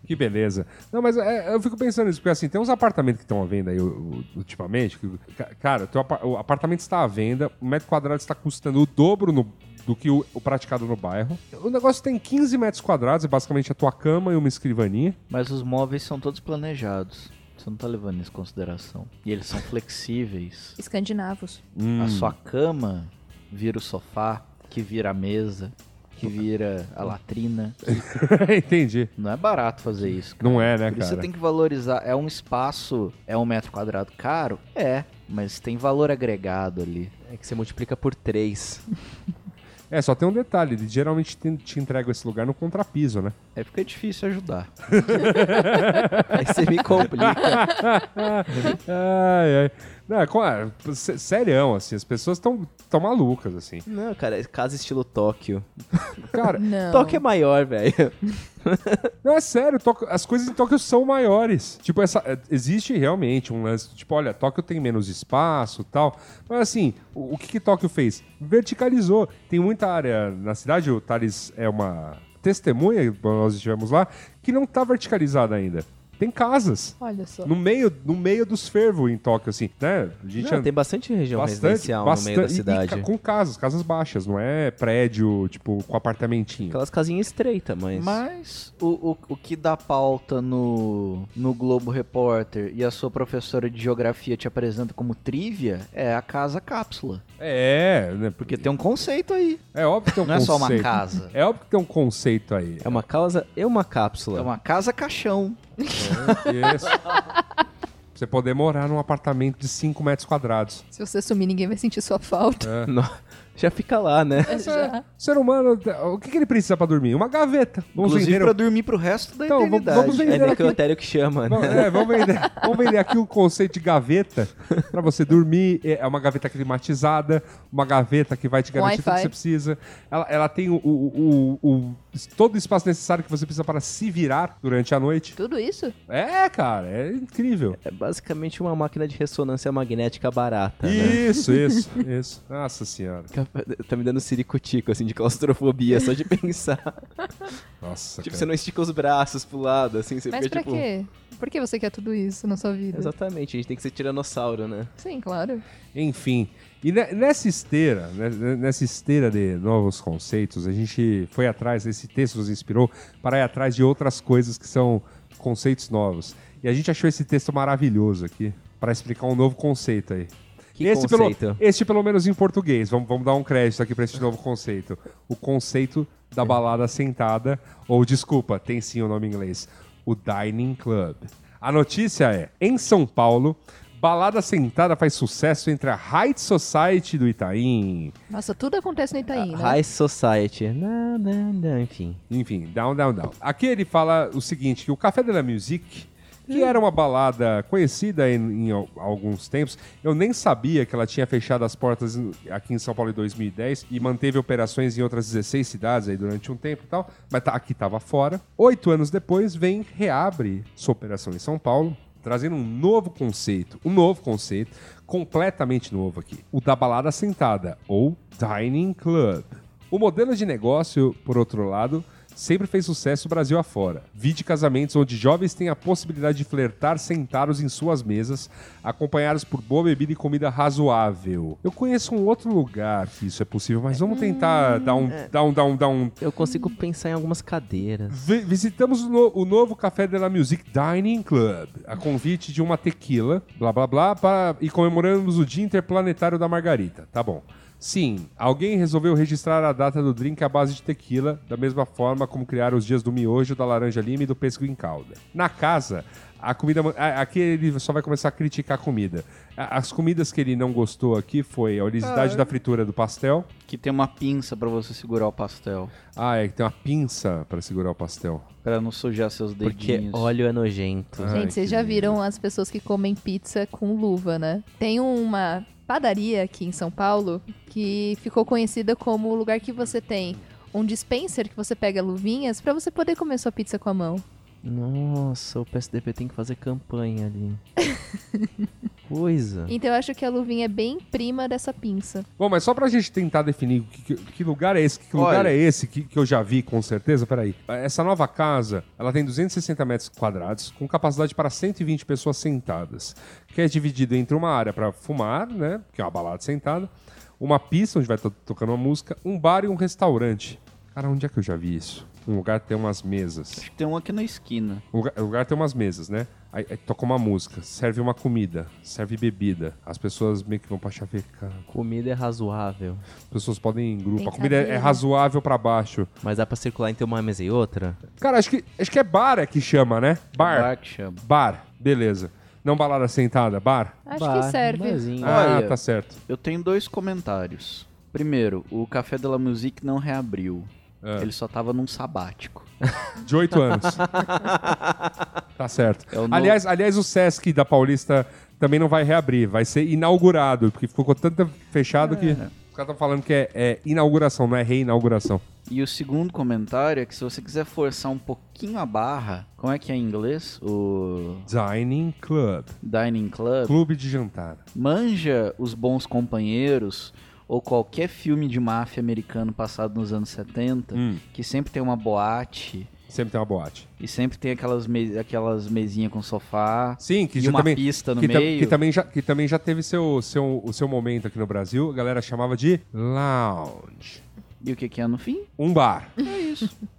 [SPEAKER 1] que beleza. Não, mas é, eu fico pensando nisso, porque assim, tem uns apartamentos que estão à venda aí u- u- ultimamente. que, ca- cara, teu apa- o apartamento está à venda, o metro quadrado está custando o dobro no- do que o, o praticado no bairro. O negócio tem 15 metros quadrados, é basicamente a tua cama e uma escrivaninha.
[SPEAKER 5] Mas os móveis são todos planejados. Você não tá levando isso em consideração. E eles são flexíveis.
[SPEAKER 4] Escandinavos.
[SPEAKER 5] A
[SPEAKER 1] Hum.
[SPEAKER 5] sua cama vira o sofá, que vira a mesa, que vira a latrina.
[SPEAKER 1] Entendi.
[SPEAKER 5] Não é barato fazer isso. cara.
[SPEAKER 1] Não é, né,
[SPEAKER 5] Por isso
[SPEAKER 1] cara?
[SPEAKER 5] você tem que valorizar. É um espaço, é um metro quadrado caro? É, mas tem valor agregado ali.
[SPEAKER 3] É que você multiplica por três.
[SPEAKER 1] É, só tem um detalhe, ele geralmente te, te entrega esse lugar no contrapiso, né?
[SPEAKER 5] É porque é difícil ajudar.
[SPEAKER 3] Aí você me complica.
[SPEAKER 1] ai, ai. Não, é, co- é, sé- serião, assim, as pessoas estão tão malucas, assim.
[SPEAKER 3] Não, cara, é casa estilo Tóquio.
[SPEAKER 1] Cara,
[SPEAKER 4] Não.
[SPEAKER 3] Tóquio é maior, velho.
[SPEAKER 1] Não, é sério, Tóquio- as coisas em Tóquio são maiores. Tipo, essa, é, existe realmente um lance, tipo, olha, Tóquio tem menos espaço tal. Mas assim, o, o que, que Tóquio fez? Verticalizou. Tem muita área na cidade, o Thales é uma testemunha, nós estivemos lá, que não tá verticalizada ainda. Tem casas.
[SPEAKER 4] Olha só.
[SPEAKER 1] No meio, no meio dos fervos em Tóquio, assim, né? A gente
[SPEAKER 3] Não,
[SPEAKER 1] and-
[SPEAKER 3] tem bastante
[SPEAKER 5] um
[SPEAKER 3] região residencial no meio da
[SPEAKER 1] bastante- e- e
[SPEAKER 3] cidade.
[SPEAKER 1] ca- com casas, casas baixas, não é prédio, tipo, com apartamentinho.
[SPEAKER 3] Aquelas casinhas estreitas, mas...
[SPEAKER 5] Mas o, o, o que dá pauta no, no Globo Repórter e a sua professora de geografia te apresenta como trivia é a casa cápsula.
[SPEAKER 1] É, né? Porque
[SPEAKER 5] Porque tem um conceito aí.
[SPEAKER 1] é óbvio que tem um
[SPEAKER 5] Não é só uma
[SPEAKER 1] conceito.
[SPEAKER 5] casa.
[SPEAKER 1] É óbvio que tem um conceito aí.
[SPEAKER 3] É uma causa e uma cápsula.
[SPEAKER 5] É uma casa caixão. um-
[SPEAKER 1] É, Isso. Você poder morar num apartamento de 5 metros quadrados.
[SPEAKER 4] Se você sumir, ninguém vai sentir sua falta.
[SPEAKER 3] É. No- Já fica lá, né?
[SPEAKER 4] Já.
[SPEAKER 1] O ser humano, o que, que ele precisa pra dormir? Uma gaveta. Vamos
[SPEAKER 5] Inclusive
[SPEAKER 1] vender.
[SPEAKER 5] pra dormir pro resto da
[SPEAKER 1] Então, vamos-
[SPEAKER 5] eternidade.
[SPEAKER 1] vamos ver-
[SPEAKER 3] É necrotério que chama,
[SPEAKER 1] Vamos,
[SPEAKER 3] né?
[SPEAKER 1] é, vamos vender, vamos vender aqui um conceito de gaveta pra você dormir. É é uma gaveta climatizada, uma gaveta que vai te garantir tudo que
[SPEAKER 4] Wi-Fi.
[SPEAKER 1] você precisa. Ela, ela tem o, o- o- o- todo o espaço necessário que você precisa para se virar durante a noite.
[SPEAKER 4] Tudo isso?
[SPEAKER 1] É, cara, é incrível.
[SPEAKER 3] É basicamente uma máquina de ressonância magnética barata, né?
[SPEAKER 1] Isso, isso, isso. Nossa senhora.
[SPEAKER 3] Tá me dando ciricutico, assim, de claustrofobia, só de pensar.
[SPEAKER 1] Nossa,
[SPEAKER 3] tipo,
[SPEAKER 1] cara.
[SPEAKER 3] você não estica os braços pro lado, assim, você
[SPEAKER 4] Mas
[SPEAKER 3] fica,
[SPEAKER 4] pra
[SPEAKER 3] tipo...
[SPEAKER 4] quê? Por que você quer tudo isso na sua vida?
[SPEAKER 3] Exatamente, a gente tem que ser tiranossauro, né?
[SPEAKER 4] Sim, claro.
[SPEAKER 1] Enfim. E ne- nessa esteira, né, nessa esteira de novos conceitos, a gente foi atrás, esse texto nos inspirou para ir atrás de outras coisas que são conceitos novos. E a gente achou esse texto maravilhoso aqui para explicar um novo conceito aí.
[SPEAKER 3] Que
[SPEAKER 1] esse Pelo,
[SPEAKER 3] conceito?
[SPEAKER 1] este pelo menos em português. Vamos, vamos dar um crédito aqui para esse novo conceito. O conceito da balada sentada, ou desculpa, tem sim o nome em inglês, o Dining Club. A notícia é, em São Paulo, balada sentada faz sucesso entre a High Society do Itaim.
[SPEAKER 4] Nossa, tudo acontece no
[SPEAKER 5] Ah,
[SPEAKER 4] Itaim, né?
[SPEAKER 3] High Society. Não, não, não, enfim.
[SPEAKER 1] Enfim, down, down, down. Aqui ele fala o seguinte, que o Café de la Musique, que era uma balada conhecida em, em al- alguns tempos, eu nem sabia que ela tinha fechado as portas em- aqui em São Paulo em 2010 e manteve operações em outras 16 cidades aí durante um tempo e tal, mas tá- aqui tava fora. Oito anos depois, vem, reabre sua operação em São Paulo, trazendo um novo conceito, um novo conceito, completamente novo aqui. O da balada sentada, ou Dining Club. O modelo de negócio, por outro lado, sempre fez sucesso Brasil afora. Vi de casamentos onde jovens têm a possibilidade de flertar sentados em suas mesas, acompanhados por boa bebida e comida razoável. Eu conheço um outro lugar que isso é possível, mas vamos tentar dar um, dar um, dar um, dar um...
[SPEAKER 3] Eu consigo pensar em algumas cadeiras.
[SPEAKER 1] Vi- visitamos o, no- o novo Café de la Music Dining Club, a convite de uma tequila, blá blá blá, para- e comemoramos o Dia Interplanetário da Margarita. Tá bom. Sim, alguém resolveu registrar a data do drink à base de tequila, da mesma forma como criaram os dias do miojo, da laranja lima e do pêssego em calda. Na casa, a comida. a- Aqui ele só vai começar a criticar a comida. A- As comidas que ele não gostou aqui foi a oleosidade da fritura do pastel.
[SPEAKER 5] Que tem uma pinça pra você segurar o pastel.
[SPEAKER 1] Ah, é que tem uma pinça para segurar o pastel.
[SPEAKER 5] Pra não sujar seus
[SPEAKER 3] Porque
[SPEAKER 5] dedinhos.
[SPEAKER 3] óleo é nojento.
[SPEAKER 1] Ai,
[SPEAKER 4] Gente,
[SPEAKER 1] que
[SPEAKER 4] vocês já
[SPEAKER 1] lindo.
[SPEAKER 4] viram as pessoas que comem pizza com luva, né? Tem uma padaria aqui em São Paulo que ficou conhecida como o lugar que você tem um dispenser que você pega luvinhas pra você poder comer sua pizza com a mão.
[SPEAKER 3] Nossa, o PSDB tem que fazer campanha ali. Coisa.
[SPEAKER 4] Então eu acho que a luvinha é bem prima dessa pinça.
[SPEAKER 1] Bom, mas só pra gente tentar definir que, que- que lugar é esse, que
[SPEAKER 5] Olha.
[SPEAKER 1] lugar é esse que, que eu já vi com certeza, peraí. Essa nova casa, ela tem 260 metros quadrados, com capacidade para 120 pessoas sentadas, que é dividida entre uma área pra fumar, né, que é uma balada sentada, uma pista onde vai to- tocando uma música, um bar e um restaurante. Cara, onde é que eu já vi isso? Um lugar tem umas mesas.
[SPEAKER 5] Acho que tem um aqui na esquina.
[SPEAKER 1] O lugar, o lugar tem umas mesas, né? Aí, aí toca uma música, serve uma comida, serve bebida. As pessoas meio que vão pra chavecar.
[SPEAKER 3] Comida é razoável,
[SPEAKER 1] As pessoas podem ir em grupo.
[SPEAKER 4] Tem
[SPEAKER 1] a comida é, é
[SPEAKER 4] cadeira.
[SPEAKER 1] razoável pra baixo.
[SPEAKER 3] mas dá pra circular entre uma mesa e outra?
[SPEAKER 1] Cara, acho que, acho que é bar é que chama, né? Bar.
[SPEAKER 5] Bar que chama.
[SPEAKER 1] Bar. Beleza. Não balada sentada, bar.
[SPEAKER 4] Acho
[SPEAKER 3] Bar,
[SPEAKER 4] que serve.
[SPEAKER 3] barzinho.
[SPEAKER 1] Ah,
[SPEAKER 5] Olha.
[SPEAKER 1] tá certo.
[SPEAKER 5] Eu tenho dois comentários. Primeiro, o Café de la Musique não reabriu.
[SPEAKER 1] É.
[SPEAKER 5] Ele só tava num sabático.
[SPEAKER 1] De oito anos. tá certo.
[SPEAKER 5] É o novo-
[SPEAKER 1] Aliás, aliás, o Sesc da Paulista também não vai reabrir. Vai ser inaugurado, porque ficou tanto fechado que... Os caras estão falando que é, é inauguração, não é reinauguração.
[SPEAKER 5] E o segundo comentário é que se você quiser forçar um pouquinho a barra, como é que é em inglês? O
[SPEAKER 1] Dining Club.
[SPEAKER 5] Dining Club.
[SPEAKER 1] Clube de jantar.
[SPEAKER 5] Manja Os Bons Companheiros ou qualquer filme de máfia americano passado nos anos 70,
[SPEAKER 1] Hum.
[SPEAKER 5] que sempre tem uma boate
[SPEAKER 1] Sempre tem uma boate.
[SPEAKER 5] e sempre tem aquelas, me- aquelas mesinhas com sofá
[SPEAKER 1] Sim, que
[SPEAKER 5] e
[SPEAKER 1] já
[SPEAKER 5] uma
[SPEAKER 1] também...
[SPEAKER 5] pista no
[SPEAKER 1] que, tam-
[SPEAKER 5] meio.
[SPEAKER 1] que também já, que também já teve seu, seu, o seu momento aqui no Brasil. A galera chamava de lounge.
[SPEAKER 5] E o que, que é no fim?
[SPEAKER 1] Um bar.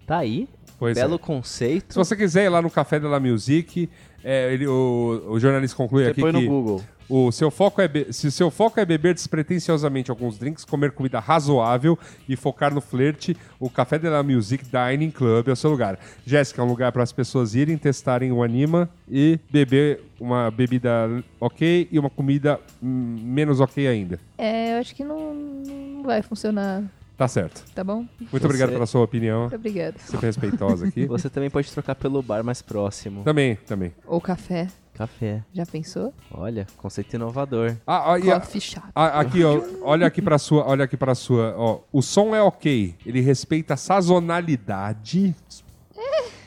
[SPEAKER 3] Tá aí,
[SPEAKER 1] Pois é.
[SPEAKER 3] belo
[SPEAKER 1] Se
[SPEAKER 3] conceito.
[SPEAKER 1] você quiser ir lá no Café de la Music, é, ele- o, o jornalista conclui
[SPEAKER 5] Você
[SPEAKER 1] aqui
[SPEAKER 5] põe no
[SPEAKER 1] que
[SPEAKER 5] Google.
[SPEAKER 1] o seu foco é be- se o seu foco é beber despretensiosamente alguns drinks, comer comida razoável e focar no flerte, o Café de la Music Dining Club é o seu lugar. Jéssica, é um lugar para as pessoas irem testarem o Anima e beber uma bebida ok e uma comida hum, menos ok ainda.
[SPEAKER 4] É, eu acho que não, não vai funcionar,
[SPEAKER 1] Tá certo.
[SPEAKER 4] tá bom?
[SPEAKER 1] Muito obrigado pela sua opinião,
[SPEAKER 4] Muito obrigada.
[SPEAKER 1] sempre respeitosa aqui.
[SPEAKER 3] Você também pode trocar pelo bar mais próximo.
[SPEAKER 1] também, também.
[SPEAKER 4] Ou café,
[SPEAKER 3] Café.
[SPEAKER 4] já pensou?
[SPEAKER 3] Olha, conceito inovador.
[SPEAKER 1] Ah, ah, e a-
[SPEAKER 4] Coffee shop.
[SPEAKER 1] a- aqui, ó, olha aqui pra sua, olha aqui pra sua, ó. O som é ok, ele respeita a sazonalidade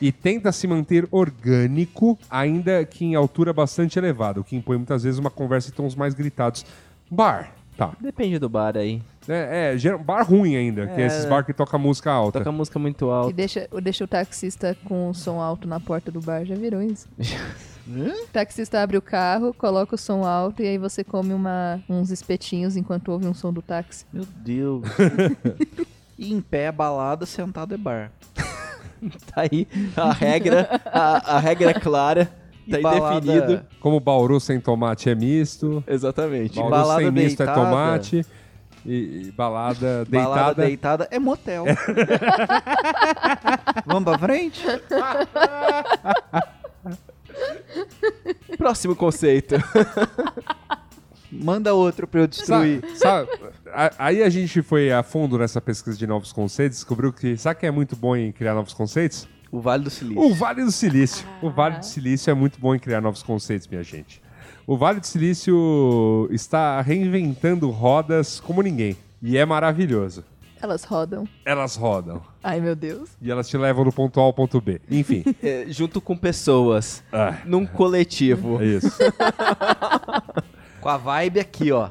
[SPEAKER 1] e tenta se manter orgânico, ainda que em altura bastante elevada, o que impõe muitas vezes uma conversa em tons mais gritados. Bar, tá.
[SPEAKER 3] Depende do bar aí.
[SPEAKER 1] É, é, geral- bar ruim ainda, que é
[SPEAKER 3] É.
[SPEAKER 1] esses bar que toca música alta.
[SPEAKER 3] Toca música muito
[SPEAKER 4] Que
[SPEAKER 3] alta.
[SPEAKER 4] deixa, deixa o taxista com o som alto na porta do bar, já viram isso? O taxista abre o carro, coloca o som alto e aí você come uma- uns espetinhos enquanto ouve um som do táxi.
[SPEAKER 5] Meu Deus. e em pé é balada, sentado é bar.
[SPEAKER 3] Tá aí a regra, a, a regra é clara, tá aí
[SPEAKER 5] Balada-
[SPEAKER 3] definido.
[SPEAKER 1] É. Como bauru sem tomate é misto,
[SPEAKER 3] Exatamente.
[SPEAKER 1] bauru
[SPEAKER 5] balada
[SPEAKER 1] sem misto é
[SPEAKER 5] deitada.
[SPEAKER 1] tomate, e, e balada deitada.
[SPEAKER 5] Balada deitada é motel. Vamos pra frente?
[SPEAKER 3] Próximo conceito.
[SPEAKER 5] Manda outro pra eu destruir.
[SPEAKER 1] Sabe, sabe, a- aí a gente foi a fundo nessa pesquisa de novos conceitos, descobriu que, sabe quem é muito bom em criar novos conceitos?
[SPEAKER 5] O Vale do Silício.
[SPEAKER 1] O Vale do Silício. O Vale do Silício é muito bom em criar novos conceitos, minha gente. O Vale do Silício está reinventando rodas como ninguém. E é maravilhoso.
[SPEAKER 4] Elas rodam.
[SPEAKER 1] Elas rodam.
[SPEAKER 4] Ai, meu Deus.
[SPEAKER 1] E elas te levam do ponto A ao ponto B. Enfim.
[SPEAKER 3] É, junto com pessoas,
[SPEAKER 1] Ah,
[SPEAKER 3] num coletivo.
[SPEAKER 1] é isso.
[SPEAKER 5] Com a vibe aqui, ó.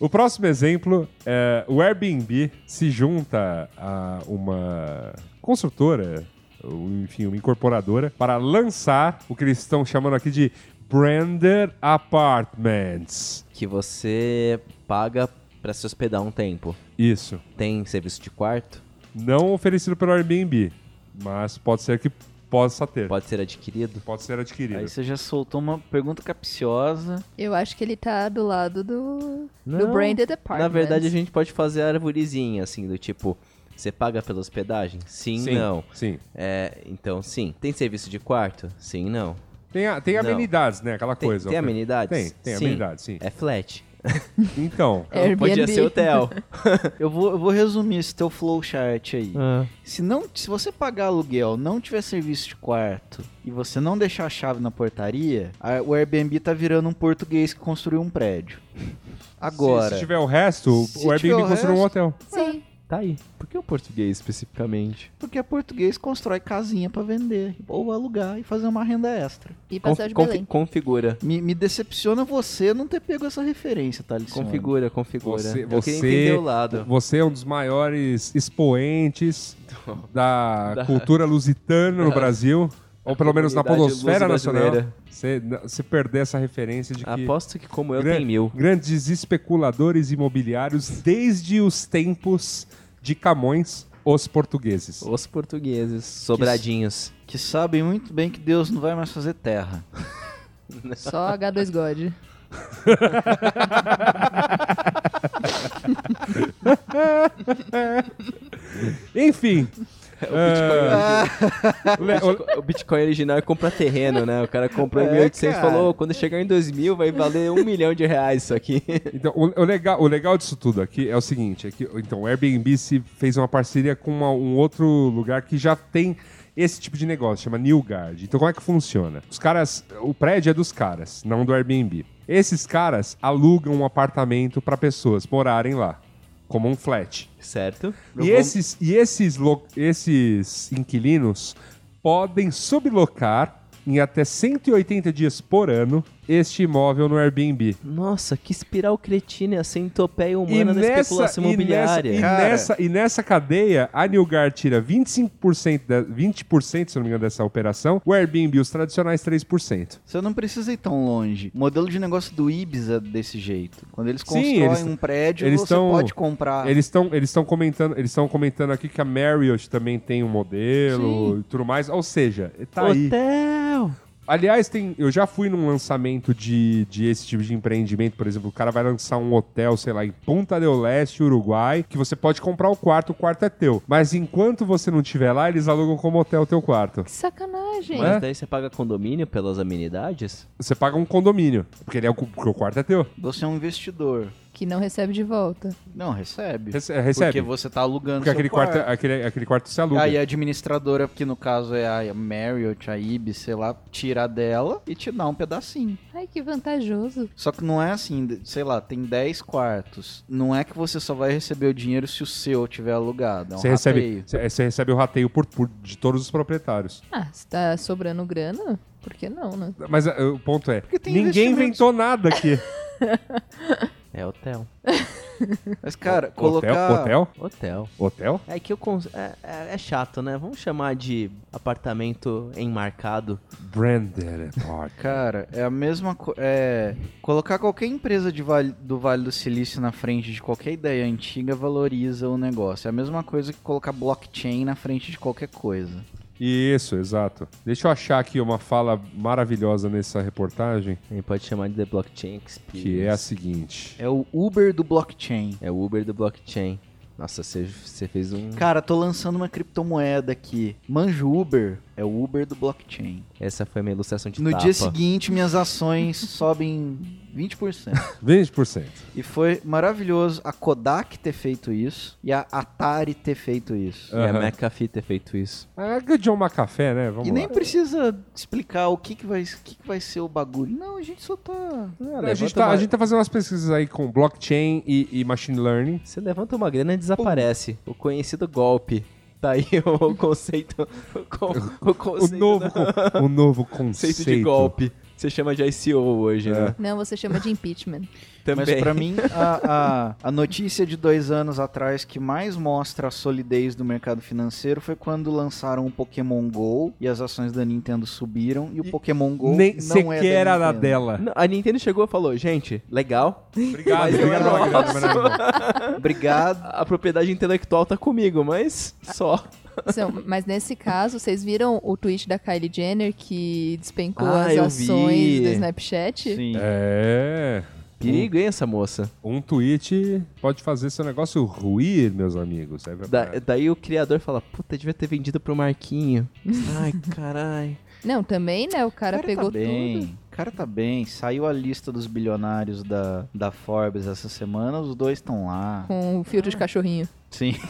[SPEAKER 1] O próximo exemplo é o Airbnb se junta a uma construtora, ou, enfim, uma incorporadora, para lançar o que eles estão chamando aqui de Branded Apartments.
[SPEAKER 3] Que você paga pra se hospedar um tempo.
[SPEAKER 1] Isso.
[SPEAKER 3] Tem serviço de quarto?
[SPEAKER 1] Não oferecido pelo Airbnb, mas pode ser que possa ter. Pode,
[SPEAKER 3] Pode ser adquirido?
[SPEAKER 1] ser adquirido.
[SPEAKER 5] Aí você já soltou uma pergunta capciosa.
[SPEAKER 4] Eu acho que ele tá do lado do. do
[SPEAKER 3] Não,
[SPEAKER 4] Branded Apartment.
[SPEAKER 3] Na verdade, a gente pode fazer a arvorezinha, assim, do tipo... Você paga pela hospedagem? Sim, não.
[SPEAKER 1] Sim.
[SPEAKER 3] É, então sim. Tem serviço de quarto? Sim, não.
[SPEAKER 1] Tem, a- tem
[SPEAKER 3] Não.
[SPEAKER 1] amenidades, né? Aquela
[SPEAKER 3] Tem,
[SPEAKER 1] coisa.
[SPEAKER 3] tem amenidades?
[SPEAKER 1] Tem, tem
[SPEAKER 3] sim.
[SPEAKER 1] amenidades, sim.
[SPEAKER 3] É flat.
[SPEAKER 1] Então,
[SPEAKER 4] É Airbnb.
[SPEAKER 3] Podia ser hotel.
[SPEAKER 5] Eu vou, eu vou resumir esse teu flowchart aí. Se, não, se você pagar aluguel, não tiver serviço de quarto e você não deixar a chave na portaria, a- o Airbnb tá virando um português que construiu um prédio.
[SPEAKER 1] se,
[SPEAKER 5] Agora,
[SPEAKER 1] se tiver o resto,
[SPEAKER 5] Se
[SPEAKER 1] o
[SPEAKER 5] tiver
[SPEAKER 1] Airbnb
[SPEAKER 5] o
[SPEAKER 1] construiu um
[SPEAKER 5] resto-
[SPEAKER 1] hotel.
[SPEAKER 4] Sim.
[SPEAKER 3] Tá aí. Por que o português especificamente?
[SPEAKER 5] porque português constrói casinha pra vender ou alugar e fazer uma renda extra.
[SPEAKER 4] E passar de
[SPEAKER 3] Confi-
[SPEAKER 4] Belém.
[SPEAKER 3] configura.
[SPEAKER 5] Me, me decepciona você não ter pego essa referência, Thalisson.
[SPEAKER 3] Configura, configura.
[SPEAKER 1] Você,
[SPEAKER 3] Eu queria
[SPEAKER 1] você-
[SPEAKER 3] entender o lado.
[SPEAKER 1] você é um dos maiores expoentes da,
[SPEAKER 3] Da- É.
[SPEAKER 1] cultura lusitana no Brasil, ou pelo menos na
[SPEAKER 3] comunidade
[SPEAKER 1] podosfera nacional.
[SPEAKER 3] luso-brasileira.
[SPEAKER 1] Você, se perder essa referência de que
[SPEAKER 3] Aposto que como eu
[SPEAKER 1] gran-
[SPEAKER 3] tem mil.
[SPEAKER 1] grandes especuladores imobiliários desde os tempos de Camões, os portugueses.
[SPEAKER 3] Os portugueses, sobradinhos.
[SPEAKER 5] Que sabem muito bem que Deus não vai mais fazer terra.
[SPEAKER 3] né?
[SPEAKER 4] Só H2 God.
[SPEAKER 1] Enfim.
[SPEAKER 3] é
[SPEAKER 1] ah, Le- o-
[SPEAKER 3] O Bitcoin original é compra terreno, né? O cara comprou em
[SPEAKER 5] É,
[SPEAKER 3] 1800 e
[SPEAKER 5] cara.
[SPEAKER 3] falou, "Ô, quando chegar em 2000 vai valer um milhão de reais isso aqui.
[SPEAKER 1] Então, o, o legal, o legal disso tudo aqui é o seguinte, é que então, o Airbnb se fez uma parceria com uma- um outro lugar que já tem esse tipo de negócio, chama New Guard. Então, como é que funciona? Os caras, o prédio é dos caras, não do Airbnb. Esses caras alugam um apartamento para pessoas morarem lá, como um flat.
[SPEAKER 3] Certo?
[SPEAKER 1] E esses, e esses, lo- esses inquilinos podem sublocar em até 180 dias por ano este imóvel no Airbnb.
[SPEAKER 3] Nossa, que espiral cretina, essa centopeia humana da especulação
[SPEAKER 1] e
[SPEAKER 3] imobiliária.
[SPEAKER 1] nessa- E
[SPEAKER 5] Cara.
[SPEAKER 1] nessa, e nessa cadeia, a Nilgar tira 25%, da, 20%, se não me engano, dessa operação, o Airbnb, os tradicionais 3%.
[SPEAKER 5] Você não precisa ir tão longe. O modelo de negócio do Ibis é desse jeito. Quando eles
[SPEAKER 1] Sim,
[SPEAKER 5] constroem
[SPEAKER 1] eles-
[SPEAKER 5] um prédio,
[SPEAKER 1] eles
[SPEAKER 5] você
[SPEAKER 1] tão-
[SPEAKER 5] pode comprar.
[SPEAKER 1] Eles estão eles tão comentando, eles tão comentando aqui que a Marriott também tem um modelo e tudo mais. Ou seja, tá aí.
[SPEAKER 3] Hotel!
[SPEAKER 1] Aliás, tem, eu já fui num lançamento de, de esse tipo de empreendimento, por exemplo, o cara vai lançar um hotel, sei lá, em Ponta del Leste, Uruguai, que você pode comprar o quarto, o quarto é teu. Mas enquanto você não estiver lá, eles alugam como hotel o teu quarto.
[SPEAKER 4] Que sacanagem.
[SPEAKER 3] Mas
[SPEAKER 1] É?
[SPEAKER 3] daí você paga condomínio pelas amenidades?
[SPEAKER 1] Você paga um condomínio, porque, ele é o, porque o quarto é teu.
[SPEAKER 5] Você é um investidor.
[SPEAKER 4] Que não recebe de volta.
[SPEAKER 5] Não, recebe.
[SPEAKER 1] Rece- é,
[SPEAKER 5] Porque
[SPEAKER 1] recebe. Porque,
[SPEAKER 5] você tá alugando seu
[SPEAKER 1] aquele, quarto, é, aquele, aquele quarto se aluga.
[SPEAKER 5] Ah, Aí a administradora, que no caso é a Marriott, a Ibis, sei lá, tira dela e te dá um pedacinho.
[SPEAKER 4] Ai, que vantajoso.
[SPEAKER 5] Só que não é assim, de- sei lá, tem 10 quartos. Não é que você só vai receber o dinheiro se o seu tiver alugado. É um
[SPEAKER 1] você, recebe,
[SPEAKER 5] rateio.
[SPEAKER 1] você, você recebe o rateio por, por- de todos os proprietários.
[SPEAKER 4] Ah, se tá sobrando grana, por que não, né?
[SPEAKER 1] Mas eh, o ponto é,
[SPEAKER 5] Porque tem
[SPEAKER 1] ninguém
[SPEAKER 5] investimentos-
[SPEAKER 1] inventou nada aqui.
[SPEAKER 3] É hotel.
[SPEAKER 5] Mas, cara, colocar.
[SPEAKER 1] Hotel?
[SPEAKER 3] Hotel.
[SPEAKER 1] Hotel? Hotel?
[SPEAKER 3] É que eu. cons- É, é- é chato, né? Vamos chamar de apartamento enmarcado.
[SPEAKER 1] Branded Park.
[SPEAKER 5] Cara, é a mesma coisa. É, colocar qualquer empresa de vale- do Vale do Silício na frente de qualquer ideia antiga valoriza o negócio. É a mesma coisa que colocar blockchain na frente de qualquer coisa.
[SPEAKER 1] Isso, exato. Deixa eu achar aqui uma fala maravilhosa nessa reportagem,
[SPEAKER 3] A gente pode chamar de The Blockchain Experience.
[SPEAKER 1] que é a seguinte.
[SPEAKER 5] É o Uber do blockchain.
[SPEAKER 3] É o Uber do blockchain. Nossa, você- você fez um.
[SPEAKER 5] Cara, tô lançando uma criptomoeda aqui. Manjo Uber é o Uber do blockchain.
[SPEAKER 3] Essa foi minha ilustração de
[SPEAKER 5] No
[SPEAKER 3] tapa.
[SPEAKER 5] dia seguinte, minhas ações sobem 20%.
[SPEAKER 1] 20%.
[SPEAKER 5] E foi maravilhoso a Kodak ter feito isso e a Atari ter feito isso.
[SPEAKER 3] E a
[SPEAKER 1] Aham.
[SPEAKER 3] McAfee ter feito isso.
[SPEAKER 1] É que John Macafé, né? Vamos
[SPEAKER 5] E
[SPEAKER 1] lá.
[SPEAKER 5] nem precisa explicar o que, que, vai, o que, que vai ser o bagulho. Não, a gente só tá.
[SPEAKER 1] a, gente tá, a gente tá fazendo umas pesquisas aí com blockchain e, e machine learning.
[SPEAKER 3] Você levanta uma grana e desaparece. O conhecido golpe. Tá aí o conceito. O, con- o
[SPEAKER 1] O
[SPEAKER 3] conceito,
[SPEAKER 1] novo,
[SPEAKER 3] do-
[SPEAKER 1] con- o novo
[SPEAKER 3] conceito
[SPEAKER 1] conceito.
[SPEAKER 3] de golpe. Você chama de ICO hoje, né?
[SPEAKER 4] Não, você chama de impeachment.
[SPEAKER 3] Também.
[SPEAKER 5] Mas pra mim, a, a- a notícia de dois anos atrás que mais mostra a solidez do mercado financeiro foi quando lançaram o Pokémon GO e as ações da Nintendo subiram e o Pokémon GO
[SPEAKER 1] Nem
[SPEAKER 5] não
[SPEAKER 1] sequer
[SPEAKER 5] é da
[SPEAKER 1] era
[SPEAKER 5] Nintendo.
[SPEAKER 1] dela.
[SPEAKER 3] Não, A Nintendo chegou e falou: gente, legal.
[SPEAKER 1] Obrigado,
[SPEAKER 3] Mas eu
[SPEAKER 1] obrigado pela
[SPEAKER 3] não
[SPEAKER 1] grana, mas não é bom.
[SPEAKER 5] Obrigado.
[SPEAKER 3] A a propriedade intelectual tá comigo, mas só.
[SPEAKER 4] São- mas nesse caso, vocês viram o tweet da Kylie Jenner que despencou
[SPEAKER 3] Ah,
[SPEAKER 4] as
[SPEAKER 3] eu
[SPEAKER 4] ações
[SPEAKER 3] vi.
[SPEAKER 4] do Snapchat?
[SPEAKER 5] Sim.
[SPEAKER 1] É.
[SPEAKER 3] Perigo, hein, essa moça?
[SPEAKER 1] Um tweet pode fazer seu negócio ruir, meus amigos. É
[SPEAKER 3] Da-
[SPEAKER 1] verdade.
[SPEAKER 3] daí o criador fala: puta, devia ter vendido pro Marquinho. Ai, caralho.
[SPEAKER 4] Não, também, né? O cara, pegou
[SPEAKER 5] tá bem.
[SPEAKER 4] tudo.
[SPEAKER 5] O cara tá bem. Saiu a lista dos bilionários da, da Forbes essa semana, os dois estão lá.
[SPEAKER 4] Com o filtro de cachorrinho.
[SPEAKER 5] Sim.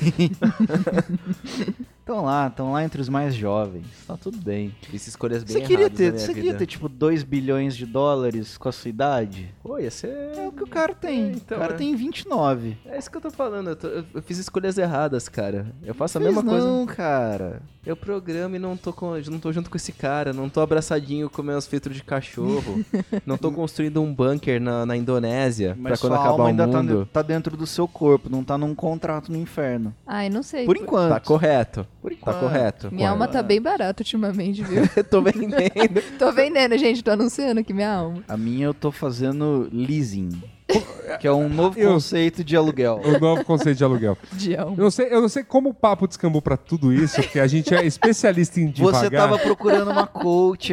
[SPEAKER 5] Estão lá, estão lá entre os mais jovens. Tá tudo bem.
[SPEAKER 3] Fiz escolhas bem
[SPEAKER 5] Você queria
[SPEAKER 3] erradas na
[SPEAKER 5] ter,
[SPEAKER 3] minha
[SPEAKER 5] você
[SPEAKER 3] vida.
[SPEAKER 5] queria ter tipo 2 bilhões de dólares com a sua idade?
[SPEAKER 3] Pô, ia ser.
[SPEAKER 5] É o que o cara tem.
[SPEAKER 3] É, então,
[SPEAKER 5] o cara
[SPEAKER 3] é.
[SPEAKER 5] tem 29.
[SPEAKER 3] É isso que eu tô falando, eu, tô- eu- eu fiz escolhas erradas, cara. Eu faço a
[SPEAKER 5] Fez
[SPEAKER 3] mesma coisa.
[SPEAKER 5] não, cara.
[SPEAKER 3] Eu programo e não tô, com, não tô junto com esse cara, não tô abraçadinho com meus filtros de cachorro, não tô construindo um bunker na, na Indonésia pra
[SPEAKER 5] Mas
[SPEAKER 3] quando
[SPEAKER 5] sua
[SPEAKER 3] acabar
[SPEAKER 5] alma
[SPEAKER 3] o
[SPEAKER 5] ainda tá
[SPEAKER 3] mundo.
[SPEAKER 5] ne- tá dentro do seu corpo, não tá num contrato no inferno.
[SPEAKER 4] Ai, não sei.
[SPEAKER 5] Por enquanto.
[SPEAKER 3] Tá correto,
[SPEAKER 5] Por
[SPEAKER 3] tá correto.
[SPEAKER 4] Minha alma tá bem barata ultimamente, viu?
[SPEAKER 3] Eu tô vendendo.
[SPEAKER 4] tô vendendo, gente. Tô anunciando aqui minha alma.
[SPEAKER 5] A minha eu tô fazendo leasing, que é um novo
[SPEAKER 1] Eu-
[SPEAKER 5] conceito de aluguel.
[SPEAKER 1] O novo conceito de aluguel.
[SPEAKER 4] De alma.
[SPEAKER 1] Eu não sei, eu não sei como o papo descambou pra tudo isso, porque a gente é especialista em devagar.
[SPEAKER 5] Você tava procurando uma coach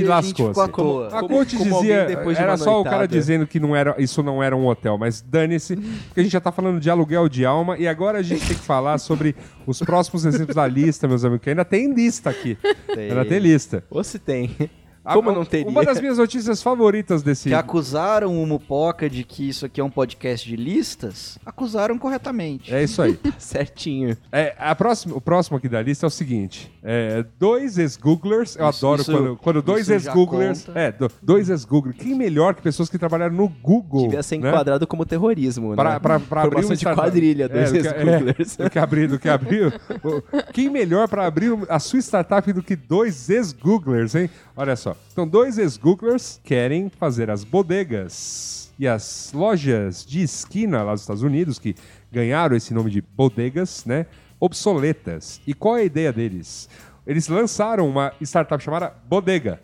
[SPEAKER 1] E
[SPEAKER 5] e, a
[SPEAKER 1] lascou-se.
[SPEAKER 5] gente
[SPEAKER 1] assim?
[SPEAKER 5] ficou à
[SPEAKER 3] Como-
[SPEAKER 5] toa.
[SPEAKER 1] A coach
[SPEAKER 3] como
[SPEAKER 1] dizia,
[SPEAKER 3] alguém depois de
[SPEAKER 1] era
[SPEAKER 3] uma
[SPEAKER 1] só o cara
[SPEAKER 3] noitada.
[SPEAKER 1] dizendo que não era, isso não era um hotel, mas dane-se, porque a gente já tá falando de aluguel de alma e agora a gente tem que falar sobre os próximos exemplos da lista, meus amigos, que ainda tem lista aqui. Ainda tem lista.
[SPEAKER 3] Ou se tem.
[SPEAKER 1] A-
[SPEAKER 3] Como não teria?
[SPEAKER 1] Uma das minhas notícias favoritas desse
[SPEAKER 5] Que acusaram o Mupoca de que isso aqui é um podcast de listas, acusaram corretamente.
[SPEAKER 1] É isso aí.
[SPEAKER 3] Certinho.
[SPEAKER 1] É, a próxima, o próximo aqui da lista é o seguinte: é, dois ex-googlers, eu
[SPEAKER 5] Isso-
[SPEAKER 1] adoro
[SPEAKER 5] isso-
[SPEAKER 1] quando, quando dois
[SPEAKER 5] isso já
[SPEAKER 1] ex-googlers.
[SPEAKER 5] conta.
[SPEAKER 1] É, do- dois ex-googlers. Quem melhor que pessoas que trabalharam no Google?
[SPEAKER 3] Devia ser
[SPEAKER 1] né?
[SPEAKER 3] enquadrado como terrorismo,
[SPEAKER 1] Pra,
[SPEAKER 3] né?
[SPEAKER 1] pra, pra abrir
[SPEAKER 3] Formação
[SPEAKER 1] um
[SPEAKER 3] de
[SPEAKER 1] startup.
[SPEAKER 3] quadrilha né?
[SPEAKER 1] É,
[SPEAKER 3] dos
[SPEAKER 1] do que- é,
[SPEAKER 3] Googlers.
[SPEAKER 1] do que abrir, do que abrir. o- Quem melhor para abrir um- a sua startup do que dois ex-googlers, hein? Olha só. Então, dois ex-googlers querem fazer as bodegas e as lojas de esquina lá dos Estados Unidos, que ganharam esse nome de bodegas, né? Obsoletas. E qual é a ideia deles? Eles lançaram uma startup chamada Bodega.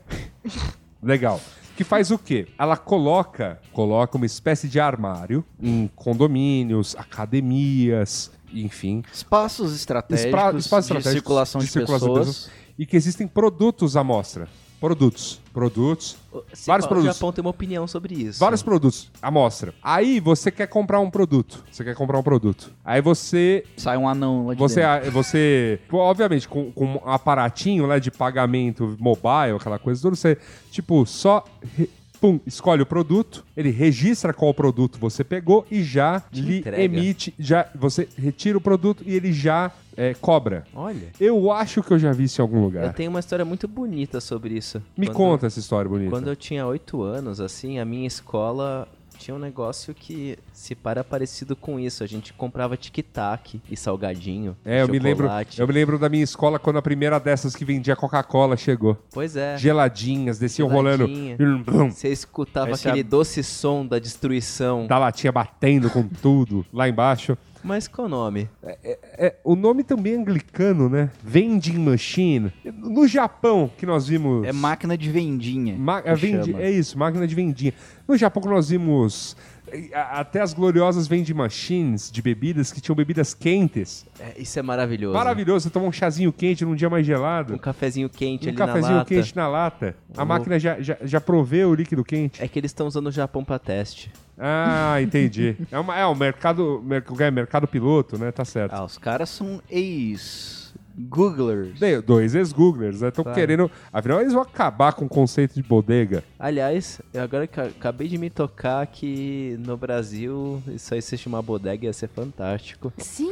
[SPEAKER 1] Legal. Que faz o quê? Ela coloca, coloca uma espécie de armário em condomínios, academias, enfim,
[SPEAKER 5] Espaços estratégicos,
[SPEAKER 1] Espra- espaços
[SPEAKER 5] de
[SPEAKER 1] estratégicos
[SPEAKER 5] circulação de,
[SPEAKER 1] de circulação de
[SPEAKER 5] pessoas.
[SPEAKER 1] e que existem produtos à mostra. Produtos, produtos,
[SPEAKER 3] Se
[SPEAKER 1] vários
[SPEAKER 3] fala, O
[SPEAKER 1] produtos.
[SPEAKER 3] Japão tem uma opinião sobre isso.
[SPEAKER 1] vários produtos à mostra. Aí você quer comprar um produto, você quer comprar um produto. Aí você
[SPEAKER 5] Sai um anão lá de
[SPEAKER 1] Você,
[SPEAKER 5] dentro.
[SPEAKER 1] a- você pô, obviamente, com, com um aparatinho né, de pagamento mobile, aquela coisa toda, você, tipo, só re- pum, escolhe o produto, ele registra qual produto você pegou e já lhe
[SPEAKER 3] entrega.
[SPEAKER 1] emite, já, você retira o produto e ele já é, cobra.
[SPEAKER 3] Olha.
[SPEAKER 1] Eu acho que eu já vi isso em algum lugar.
[SPEAKER 3] Eu tenho uma história muito bonita sobre isso.
[SPEAKER 1] É. Me
[SPEAKER 3] Quando-
[SPEAKER 1] conta essa história bonita.
[SPEAKER 3] Quando eu tinha 8 anos, assim, a minha escola Tinha um negócio que se para parecido com isso. A gente comprava tic-tac e salgadinho.
[SPEAKER 1] É, eu me, lembro,
[SPEAKER 3] chocolate.
[SPEAKER 1] eu me lembro da minha escola quando a primeira dessas que vendia Coca-Cola chegou.
[SPEAKER 3] Pois é.
[SPEAKER 1] Geladinhas, desciam rolando. Hum,
[SPEAKER 3] Geladinha.
[SPEAKER 1] Blum, blum.
[SPEAKER 3] Você escutava
[SPEAKER 1] é
[SPEAKER 5] Essa-
[SPEAKER 3] aquele doce som da destruição.
[SPEAKER 1] Da latinha batendo com tudo lá embaixo.
[SPEAKER 3] Mas qual o nome?
[SPEAKER 1] É, o nome também é anglicano, né? Vending Machine. No Japão, que nós vimos.
[SPEAKER 5] É máquina de vendinha.
[SPEAKER 1] Ma-
[SPEAKER 5] que
[SPEAKER 1] é vendi-
[SPEAKER 5] chama.
[SPEAKER 1] é isso, máquina de vendinha. No Japão que nós vimos eh, a- até as gloriosas vending machines de bebidas que tinham bebidas quentes.
[SPEAKER 3] É, isso é maravilhoso.
[SPEAKER 1] Maravilhoso, você toma um chazinho quente num dia mais gelado.
[SPEAKER 3] Um cafezinho quente
[SPEAKER 1] um
[SPEAKER 3] ali
[SPEAKER 1] cafezinho
[SPEAKER 3] na lata. Uhum.
[SPEAKER 1] quente na lata. A
[SPEAKER 3] Louco.
[SPEAKER 1] máquina já, já, já provê o líquido quente.
[SPEAKER 3] É que eles estão usando o Japão pra teste.
[SPEAKER 1] Ah, entendi. é, uma, é o mercado, mer- o que é, mercado piloto, né? Tá certo.
[SPEAKER 5] Ah, os caras são ex-googlers.
[SPEAKER 1] Dei- Dois ex-googlers, né? Estão
[SPEAKER 3] Claro.
[SPEAKER 1] querendo. Afinal, eles vão acabar com o conceito de bodega.
[SPEAKER 3] Aliás, eu agora ca- acabei de me tocar que no Brasil isso aí se chamar bodega ia ser fantástico.
[SPEAKER 4] Sim,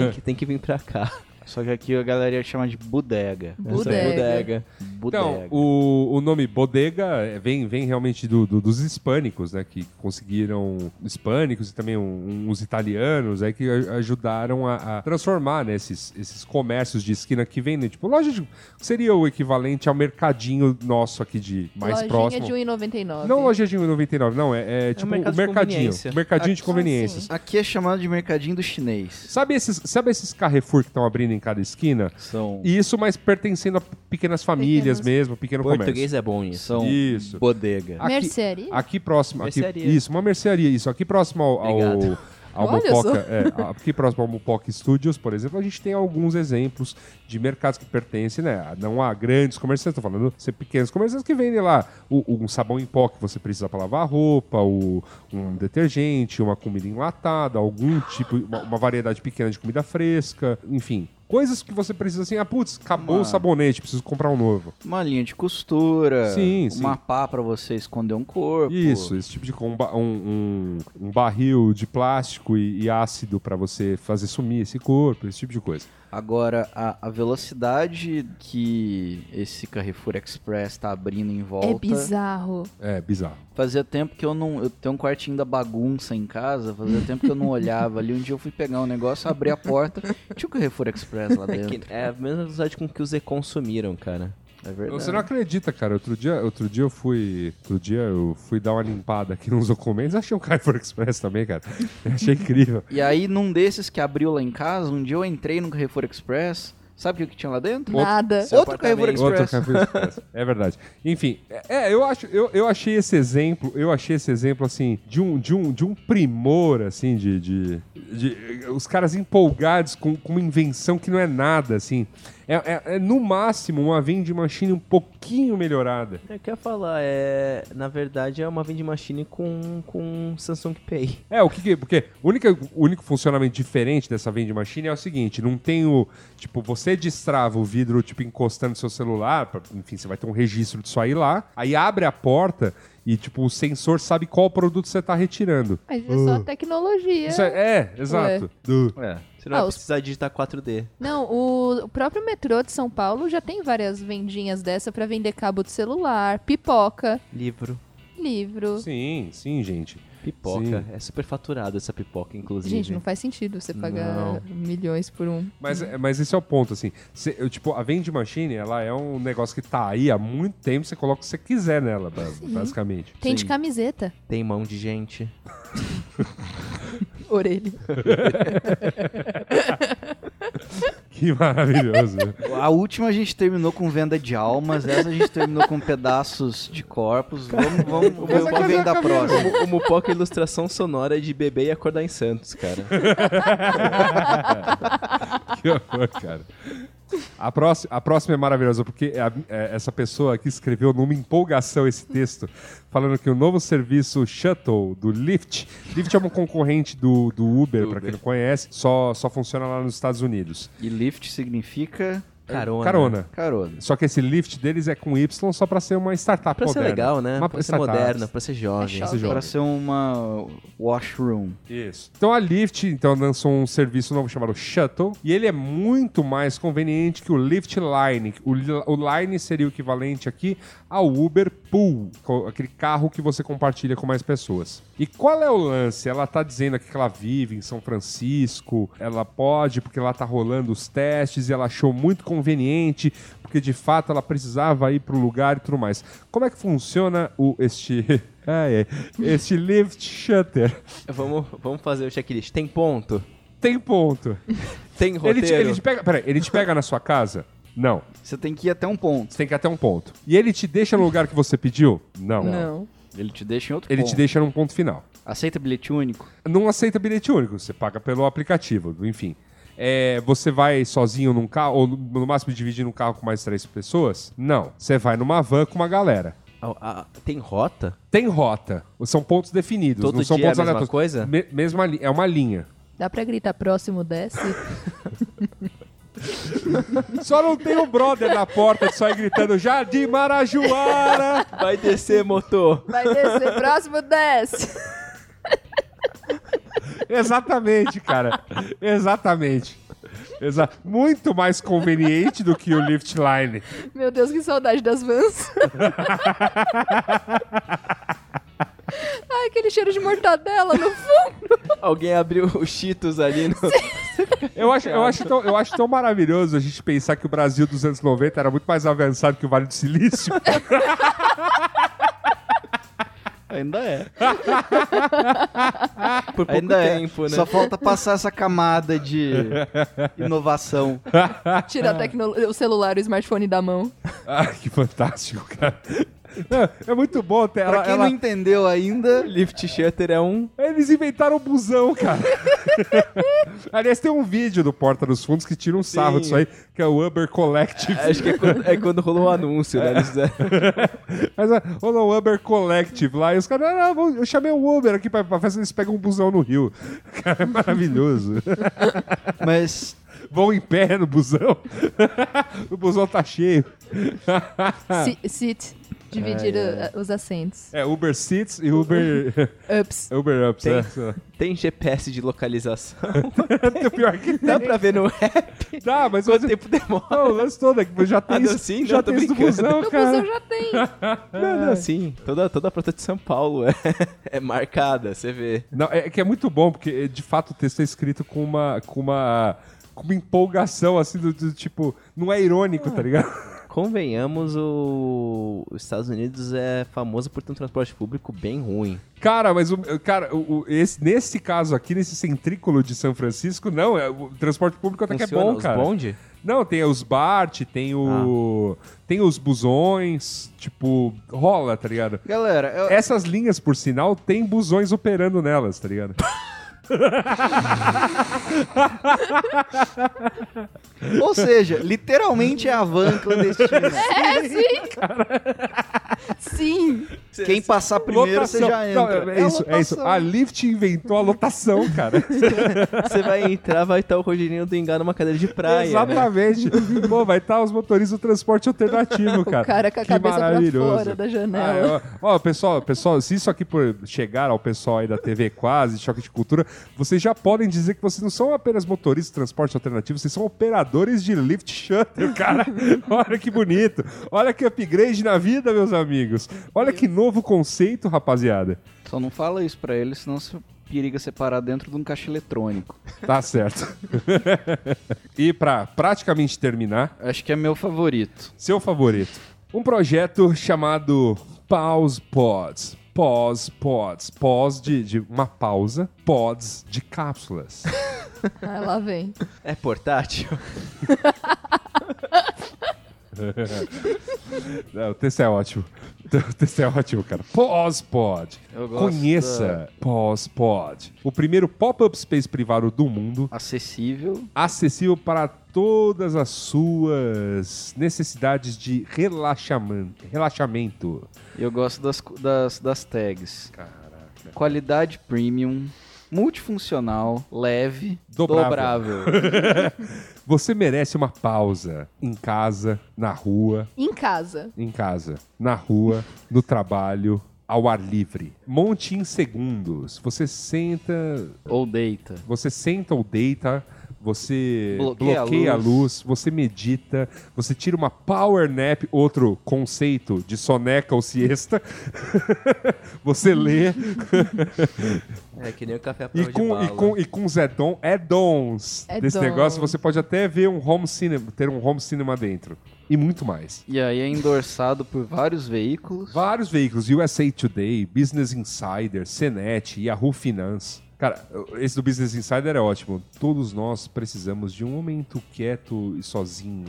[SPEAKER 3] Tem que, tem que vir pra cá.
[SPEAKER 5] Só que aqui a galera chama de bodega.
[SPEAKER 3] Essa é
[SPEAKER 4] Bodega.
[SPEAKER 3] bodega.
[SPEAKER 1] Então,
[SPEAKER 5] Bodega.
[SPEAKER 1] o, o nome bodega é, vem, vem realmente do- do- dos hispânicos, né? Que conseguiram hispânicos e também um- uns italianos aí que a- ajudaram a, a transformar né, esses, esses comércios de esquina que vendem. Tipo, loja de, seria o equivalente ao mercadinho nosso aqui de mais
[SPEAKER 4] lojinha
[SPEAKER 1] próximo.
[SPEAKER 4] de 1,99.
[SPEAKER 1] Não loja de 1,99, não. É, é tipo o
[SPEAKER 3] mercado de
[SPEAKER 1] mercadinho.
[SPEAKER 3] conveniência.
[SPEAKER 1] mercadinho de
[SPEAKER 4] Ah,
[SPEAKER 1] conveniências.
[SPEAKER 5] Aqui é chamado de mercadinho do chinês.
[SPEAKER 1] Sabe esses, sabe esses Carrefour que estão abrindo em cada esquina?
[SPEAKER 5] São,
[SPEAKER 1] E isso, mas pertencendo a pequenas famílias
[SPEAKER 4] Pequenas.
[SPEAKER 1] mesmo, pequeno
[SPEAKER 3] Português é bom nisso.
[SPEAKER 5] são
[SPEAKER 1] Isso.
[SPEAKER 5] bodega.
[SPEAKER 1] aqui-
[SPEAKER 4] Mercearia?
[SPEAKER 1] Aqui próximo. Aqui,
[SPEAKER 3] Mercearia.
[SPEAKER 1] isso, uma mercearia, isso. Aqui próximo ao. ao
[SPEAKER 3] Obrigado.
[SPEAKER 1] ao
[SPEAKER 4] Olha
[SPEAKER 1] Mopoca,
[SPEAKER 4] só.
[SPEAKER 1] é, aqui próximo ao Mopoca Studios, por exemplo, a gente tem alguns exemplos de mercados que pertencem, né? a- Não a grandes comerciantes, tô falando ser pequenos comerciantes que vendem lá o, o- um sabão em pó que você precisa para lavar a roupa, o- um detergente, uma comida enlatada, algum tipo, uma, uma variedade pequena de comida fresca, enfim. Coisas que você precisa assim, ah, putz, acabou
[SPEAKER 5] Uma-
[SPEAKER 1] o sabonete, preciso comprar um novo.
[SPEAKER 5] Uma linha de costura,
[SPEAKER 1] Sim,
[SPEAKER 5] uma pá pra você esconder um corpo.
[SPEAKER 1] Isso, esse tipo de com- um, ba- um- um- um barril de plástico e, e ácido pra você fazer sumir esse corpo, esse tipo de coisa.
[SPEAKER 5] Agora, a, a velocidade que esse Carrefour Express tá abrindo em volta.
[SPEAKER 4] É bizarro.
[SPEAKER 1] É bizarro.
[SPEAKER 5] Fazia tempo que eu não. Eu tenho um quartinho da bagunça em casa, fazia tempo que eu não olhava ali. Um dia eu fui pegar um negócio, abri a porta, tinha o Carrefour Express lá
[SPEAKER 3] É,
[SPEAKER 5] dentro.
[SPEAKER 3] que- é a mesma velocidade com que os E consumiram, cara.
[SPEAKER 5] É verdade.
[SPEAKER 1] Você não acredita, cara. Outro dia, outro dia eu fui. Outro dia eu fui dar uma limpada aqui nos documentos. Achei um Carrefour Express também, cara. Achei incrível.
[SPEAKER 5] E aí, num desses que abriu lá em casa, um dia eu entrei no Carrefour Express. Sabe o que que tinha lá dentro?
[SPEAKER 4] Nada.
[SPEAKER 3] Seu
[SPEAKER 5] Outro Carrefour
[SPEAKER 3] apartamento.
[SPEAKER 1] Outro
[SPEAKER 5] Express.
[SPEAKER 1] Carrefour Express. É verdade. Enfim, é, é, eu acho, eu, eu achei esse exemplo, eu achei esse exemplo assim de um, de um, de um primor assim de, de, de- os caras empolgados com, com uma invenção que não é nada assim. É, é- é, no máximo uma vending machine um pouquinho melhorada.
[SPEAKER 3] Eu quero falar, é. Na verdade, é uma vending machine com, com Samsung Pay.
[SPEAKER 1] É, o que que- porque o único, o único funcionamento diferente dessa vending machine é o seguinte, não tem o, tipo, você destrava o vidro, tipo, encostando no seu celular, pra- enfim, você vai ter um registro disso aí lá, aí abre a porta e, tipo, o sensor sabe qual produto você tá retirando.
[SPEAKER 4] Mas isso é só tecnologia.
[SPEAKER 1] Isso é, é, exato. Du.
[SPEAKER 3] É. Você não vai
[SPEAKER 4] Ah, os-
[SPEAKER 3] precisar digitar 4D.
[SPEAKER 4] Não, o, o próprio metrô de São Paulo já tem várias vendinhas dessa pra vender cabo de celular, pipoca,
[SPEAKER 3] Livro.
[SPEAKER 4] livro.
[SPEAKER 1] Sim, sim, gente.
[SPEAKER 3] Pipoca.
[SPEAKER 1] Sim.
[SPEAKER 3] É super faturado essa pipoca, inclusive.
[SPEAKER 4] Gente, não faz sentido você pagar
[SPEAKER 1] Não.
[SPEAKER 4] milhões por um.
[SPEAKER 1] Mas, mas esse é o ponto, assim. Cê- eu, tipo, a vending machine, ela é um negócio que tá aí há muito tempo, você coloca o que você quiser nela, ba- basicamente.
[SPEAKER 4] Tem de camiseta,
[SPEAKER 3] Tem mão de gente.
[SPEAKER 4] orelha.
[SPEAKER 1] Que maravilhoso. né?
[SPEAKER 5] A última a gente terminou com venda de almas, essa a gente terminou com pedaços de corpos. Vamos, vamos, vamos,
[SPEAKER 1] Essa
[SPEAKER 5] vamos ver
[SPEAKER 1] caveira,
[SPEAKER 5] da
[SPEAKER 1] caveira.
[SPEAKER 5] próxima.
[SPEAKER 3] O Mupoca é ilustração sonora de beber e acordar em Santos, cara.
[SPEAKER 1] que horror, cara. A próxima, a próxima é maravilhosa, porque a- é, essa pessoa aqui escreveu numa empolgação esse texto, falando que o novo serviço Shuttle do Lyft, Lyft é um concorrente do, do Uber, pra quem não conhece, só, só funciona lá nos Estados Unidos.
[SPEAKER 5] E lift significa
[SPEAKER 3] Carona.
[SPEAKER 1] Carona.
[SPEAKER 5] Carona.
[SPEAKER 1] Só que esse lift deles é com Y só pra ser uma startup
[SPEAKER 3] Pra
[SPEAKER 1] moderna.
[SPEAKER 3] ser legal, né?
[SPEAKER 1] Uma
[SPEAKER 3] pra ser
[SPEAKER 1] startup.
[SPEAKER 3] moderna, pra ser jovem.
[SPEAKER 4] É
[SPEAKER 1] Esse jogo.
[SPEAKER 5] Pra ser uma washroom.
[SPEAKER 1] Isso. Então a Lyft então, lançou um serviço novo chamado Shuttle, e ele é muito mais conveniente que o Lyft Line. O, li- o Line seria o equivalente aqui ao Uber Pool, co- aquele carro que você compartilha com mais pessoas. E qual é o lance? Ela tá dizendo aqui que ela vive em São Francisco, ela pode porque lá tá rolando os testes e ela achou muito conveniente, porque de fato ela precisava ir pro lugar e tudo mais. Como é que funciona o este Ah, é. Este Lyft Shutter?
[SPEAKER 3] Vamos, vamos fazer o checklist. Tem ponto?
[SPEAKER 1] Tem ponto.
[SPEAKER 3] Tem
[SPEAKER 1] Ele
[SPEAKER 3] roteiro?
[SPEAKER 1] te, ele te pega, peraí, ele te pega na sua casa? Não.
[SPEAKER 5] Você tem que ir até um ponto.
[SPEAKER 1] Você tem que ir até um ponto. E ele te deixa no lugar que você pediu? Não.
[SPEAKER 4] Não.
[SPEAKER 5] Ele te deixa em outro
[SPEAKER 1] Ele
[SPEAKER 5] ponto.
[SPEAKER 1] te deixa num ponto final.
[SPEAKER 5] Aceita bilhete único?
[SPEAKER 1] Não aceita bilhete único, você paga pelo aplicativo, enfim. É, você vai sozinho num carro, ou no- no máximo dividindo um carro com mais três pessoas? Não. Você vai numa van com uma galera.
[SPEAKER 3] Ah, ah, tem rota?
[SPEAKER 1] Tem rota. São pontos definidos.
[SPEAKER 3] Todo
[SPEAKER 1] não são
[SPEAKER 3] dia é a
[SPEAKER 1] pontos
[SPEAKER 3] mesma
[SPEAKER 1] aleatórios.
[SPEAKER 3] coisa?
[SPEAKER 1] Me- mesma li- é uma linha.
[SPEAKER 4] Dá pra gritar próximo, desce?
[SPEAKER 1] Só não tem o brother na porta que só ir gritando Jardim Marajoara!
[SPEAKER 3] Vai descer, motor.
[SPEAKER 4] Vai descer, próximo, desce!
[SPEAKER 1] Exatamente, cara. Exatamente. Exa Muito mais conveniente do que o Lift Line.
[SPEAKER 4] Meu Deus, que saudade das vans. Ai, aquele cheiro de mortadela no fundo.
[SPEAKER 3] Alguém abriu os Cheetos ali no...
[SPEAKER 1] Eu acho, eu, acho tão, eu acho tão maravilhoso a gente pensar que o Brasil dos anos 90 era muito mais avançado que o Vale do Silício.
[SPEAKER 5] Ainda é.
[SPEAKER 3] por pouco
[SPEAKER 5] Ainda é.
[SPEAKER 3] tempo, né?
[SPEAKER 5] Só falta passar essa camada de inovação.
[SPEAKER 4] Tira a tecno- o celular, o smartphone da mão.
[SPEAKER 1] ah, que fantástico, cara. Não, É muito bom até ela,
[SPEAKER 5] pra quem
[SPEAKER 1] ela-
[SPEAKER 5] não entendeu ainda,
[SPEAKER 3] Lift Shutter é um...
[SPEAKER 1] Eles inventaram o busão, cara. Aliás, tem um vídeo do Porta dos Fundos que tira um sarro
[SPEAKER 3] Sim.
[SPEAKER 1] disso aí, que é o Uber Collective.
[SPEAKER 3] Acho que é quando, é quando rolou o anúncio, né? Eles fizeram-
[SPEAKER 1] Mas ah, rolou o Uber Collective lá e os caras, ah, não, eu chamei o Uber aqui pra, pra festa, eles pegam um busão no Rio. Cara, é maravilhoso.
[SPEAKER 5] mas
[SPEAKER 1] Vão em pé no busão. o busão tá cheio. Ah.
[SPEAKER 4] Si- sit. Dividir o- os assentos.
[SPEAKER 1] É, Uber Seats e Uber,
[SPEAKER 4] Ups.
[SPEAKER 1] Uber Ups.
[SPEAKER 3] Tem.
[SPEAKER 1] É. Só-
[SPEAKER 3] Tem GPS de localização.
[SPEAKER 1] Pior que
[SPEAKER 3] Dá pra ver no app
[SPEAKER 1] dá, mas...
[SPEAKER 3] quanto
[SPEAKER 1] você-
[SPEAKER 3] tempo demora.
[SPEAKER 1] Não, o lance todo é que já tem
[SPEAKER 3] Ah,
[SPEAKER 1] isso,
[SPEAKER 3] não, sim,
[SPEAKER 1] já
[SPEAKER 3] não, tô
[SPEAKER 1] tem isso do
[SPEAKER 3] brincando.
[SPEAKER 1] busão,
[SPEAKER 4] No
[SPEAKER 1] cara.
[SPEAKER 4] busão já tem.
[SPEAKER 3] Não, não, sim. Toda, toda a Prota de São Paulo é, é marcada, você vê.
[SPEAKER 1] Não, é que é muito bom, porque eh, de fato o texto é escrito com uma... Com uma com uma empolgação, assim, do, do tipo... Não é irônico,
[SPEAKER 3] Ah.
[SPEAKER 1] tá ligado?
[SPEAKER 3] Convenhamos, o... os Estados Unidos é famoso por ter um transporte público bem ruim.
[SPEAKER 1] Cara, mas o, cara, o- o- esse- nesse caso aqui, nesse centrículo de São Francisco, não, é, o transporte público até que é
[SPEAKER 3] Funciona
[SPEAKER 1] bom,
[SPEAKER 3] os
[SPEAKER 1] cara.
[SPEAKER 3] bonde?
[SPEAKER 1] Não, tem os BART, tem o. Tem os busões, tipo, rola, tá ligado?
[SPEAKER 5] galera, é, eu-
[SPEAKER 1] Essas linhas, por sinal, tem busões operando nelas, tá ligado?
[SPEAKER 5] ou seja, literalmente é a van clandestina.
[SPEAKER 4] É assim? Sim.
[SPEAKER 5] Quem passar primeiro, você já entra.
[SPEAKER 1] Não, é, é isso, é isso.
[SPEAKER 5] lotação.
[SPEAKER 1] A Lyft inventou a lotação, cara.
[SPEAKER 3] Você vai entrar, vai estar o Rogerinho do Engar numa cadeira de praia. né?
[SPEAKER 1] Exatamente. Pô, vai estar os motoristas do transporte alternativo, cara.
[SPEAKER 4] O cara com a
[SPEAKER 1] Que
[SPEAKER 4] cabeça pra
[SPEAKER 1] maravilhoso.
[SPEAKER 4] fora da janela.
[SPEAKER 1] Ah, ó, ó, pessoal, pessoal, se isso aqui por chegar ao pessoal aí da TV quase, choque de cultura, vocês já podem dizer que vocês não são apenas motoristas de transporte alternativo, vocês são operadores de lift shutter, cara. Olha que bonito. Olha que upgrade na vida, meus amigos. Olha que novo conceito, rapaziada.
[SPEAKER 5] Só não fala isso pra ele, senão você periga você parar é dentro de um caixa eletrônico.
[SPEAKER 1] Tá certo. e pra praticamente terminar,
[SPEAKER 5] Acho que é meu favorito.
[SPEAKER 1] seu favorito. Um projeto chamado Pause Pods. Pause Pods. Pause de, de uma pausa. Pods de cápsulas.
[SPEAKER 4] Ah, lá vem.
[SPEAKER 3] É portátil?
[SPEAKER 1] É, o texto é ótimo. O texto é ótimo, cara. Pause Pod.
[SPEAKER 5] Eu gosto
[SPEAKER 1] Conheça Pause Pod. O primeiro pop-up space privado do mundo
[SPEAKER 5] Acessível.
[SPEAKER 1] acessível para todas as suas necessidades de relaxaman- relaxamento.
[SPEAKER 5] Eu gosto das, co- das, das tags. Qualidade premium. multifuncional, leve,
[SPEAKER 1] Dobrável.
[SPEAKER 5] dobrável.
[SPEAKER 1] Você merece uma pausa em casa, na rua,
[SPEAKER 4] Em casa.
[SPEAKER 1] em casa, na rua, no trabalho, ao ar livre. Monte em segundos. Você senta,
[SPEAKER 5] Ou deita.
[SPEAKER 1] você senta ou deita, você bloqueia,
[SPEAKER 5] Bloqueia a
[SPEAKER 1] a,
[SPEAKER 5] luz.
[SPEAKER 1] luz. você medita, você tira uma power nap, outro conceito de soneca ou siesta. você lê
[SPEAKER 3] É que nem o café à
[SPEAKER 1] e
[SPEAKER 3] prova de
[SPEAKER 1] com,
[SPEAKER 3] bala.
[SPEAKER 1] e com e com Zedon é dons
[SPEAKER 4] É
[SPEAKER 1] desse
[SPEAKER 4] dons.
[SPEAKER 1] negócio, você pode até ver um home cinema, ter um home cinema dentro e muito mais.
[SPEAKER 5] E aí é endorçado por vários veículos.
[SPEAKER 1] Vários veículos, USA Today, Business Insider, Senet, Yahoo Finance. Cara, esse do Business Insider é ótimo. Todos nós precisamos de um momento quieto e sozinho.